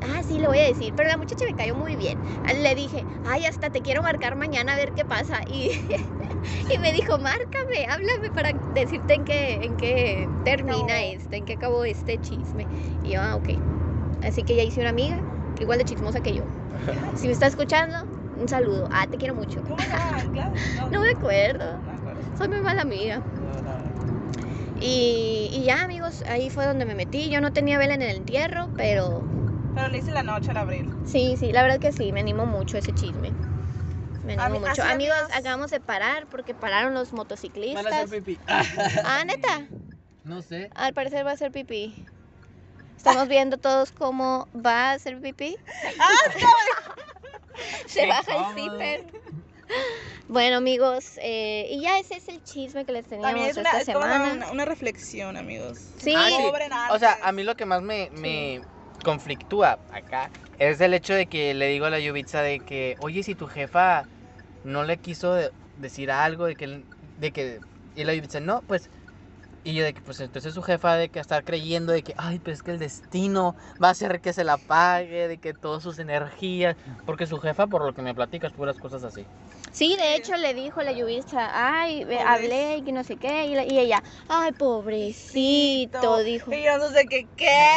Speaker 4: Ah, sí, le voy a decir. Pero la muchacha me cayó muy bien. Le dije, ay, hasta te quiero marcar mañana a ver qué pasa. Y, y me dijo, márcame, háblame para decirte en qué, en qué termina
Speaker 2: No.
Speaker 4: esto, en qué acabó este chisme. Y yo, ah, ok. Así que ya hice una amiga, igual de chismosa que yo. Si me está escuchando, un saludo. Ah, te quiero mucho.
Speaker 2: ¿Cómo se llama? Claro,
Speaker 4: No me acuerdo.
Speaker 2: No me acuerdo.
Speaker 4: Soy muy mala amiga. Y, y ya, amigos, ahí fue donde me metí. Yo no tenía vela en el entierro, pero
Speaker 2: Pero le hice la noche al abril.
Speaker 4: sí, sí, la verdad que sí, me animo mucho a ese chisme. Me animo
Speaker 2: Ami- así,
Speaker 4: mucho. Amigos,
Speaker 2: amigos.
Speaker 4: acabamos de parar porque pararon los
Speaker 3: Van a hacer
Speaker 4: motociclistas.
Speaker 3: pipí.
Speaker 4: Ah, neta,
Speaker 3: No sé.
Speaker 4: al parecer va a ser pipí. Estamos viendo todos cómo va a ser pipí.
Speaker 2: Ah,
Speaker 4: Se
Speaker 3: Qué
Speaker 4: baja el
Speaker 3: cómodo.
Speaker 4: zipper. Bueno, amigos, eh, y ya ese es el chisme que les teníamos
Speaker 2: También es una,
Speaker 4: esta
Speaker 2: es toda una-
Speaker 4: semana.
Speaker 2: una, una reflexión, amigos.
Speaker 4: Sí,
Speaker 3: Ah, sí.
Speaker 2: Pobre Nancy.
Speaker 3: O sea, a mí lo que más me, me conflictúa acá es el hecho de que le digo a la Yubitsa de que, oye, si tu jefa no le quiso de- decir algo, de que, de que, y la Yubitsa, no, pues, y yo de que, pues entonces su jefa de que estar creyendo de que, ay, pero es que el destino va a hacer que se la pague, de que todas sus energías, porque su jefa, por lo que me platicas, puras cosas así.
Speaker 4: Sí, de hecho le dijo la lluvista, ay, ve- hablé y que no sé qué, y, la- y ella, ay, pobrecito, dijo.
Speaker 2: Y yo no sé qué, ¿qué?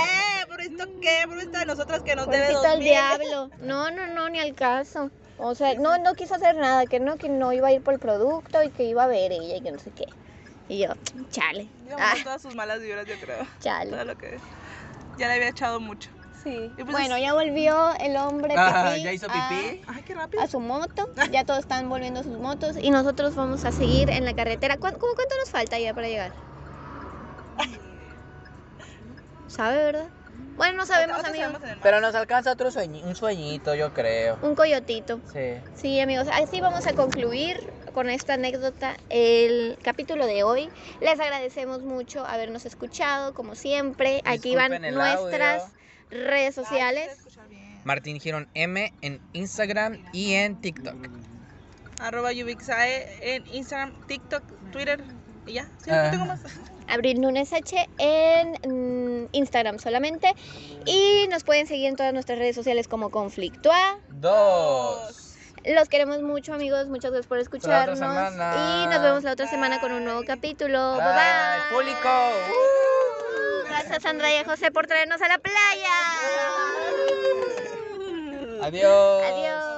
Speaker 2: ¿Por esto qué? ¿Por esto de nosotras que nos debe
Speaker 4: Pobrecito
Speaker 2: dos
Speaker 4: al
Speaker 2: mil?
Speaker 4: diablo. No, no, no, ni al caso. O sea, no, no quiso hacer nada, que no, que no iba a ir por el producto y que iba a ver ella y que no sé qué. Y yo, chale,
Speaker 2: Ya
Speaker 4: ah,
Speaker 2: mandó todas sus malas vibras, yo creo. Todo
Speaker 4: chale.
Speaker 2: lo que ya le había echado mucho.
Speaker 4: Sí.
Speaker 2: Y pues
Speaker 4: Bueno,
Speaker 2: es-
Speaker 4: ya volvió el hombre.
Speaker 3: Ah,
Speaker 4: pipí
Speaker 3: ya hizo
Speaker 4: a-
Speaker 3: pipí.
Speaker 2: Ay, qué rápido.
Speaker 4: A su moto, ya todos están volviendo a sus motos y nosotros vamos a seguir en la carretera. ¿Cuán- cómo- cuánto nos falta ya para llegar? ¿Sabe, verdad? Bueno, no sabemos,
Speaker 2: Ahorita- ahorita
Speaker 4: amigos.
Speaker 2: sabemos en el mar.
Speaker 3: Pero nos alcanza otro sueño, un sueñito, yo creo.
Speaker 4: Un coyotito.
Speaker 3: Sí.
Speaker 4: Sí, amigos, así vamos a concluir con esta anécdota el capítulo de hoy. Les agradecemos mucho habernos escuchado, como siempre. Aquí van
Speaker 3: Disculpen el
Speaker 4: nuestras
Speaker 3: audio.
Speaker 4: redes sociales.
Speaker 3: Martín Girón M en Instagram y en TikTok.
Speaker 2: Arroba Yubixae en Instagram, TikTok, Twitter. Y ya, sí,
Speaker 3: Ah.
Speaker 2: no tengo más.
Speaker 4: Abril Nunes H en mm, Instagram solamente. Y nos pueden seguir en todas nuestras redes sociales como Conflictua.
Speaker 3: Dos.
Speaker 4: Los queremos mucho, amigos. Muchas gracias por
Speaker 3: otra
Speaker 4: escucharnos.
Speaker 3: semana.
Speaker 4: Y nos vemos la otra semana con un nuevo capítulo. Bye
Speaker 3: Bye,
Speaker 4: bye.
Speaker 3: público.
Speaker 4: Gracias, Sandra y a José, por traernos a la playa.
Speaker 3: Adiós.
Speaker 4: Adiós.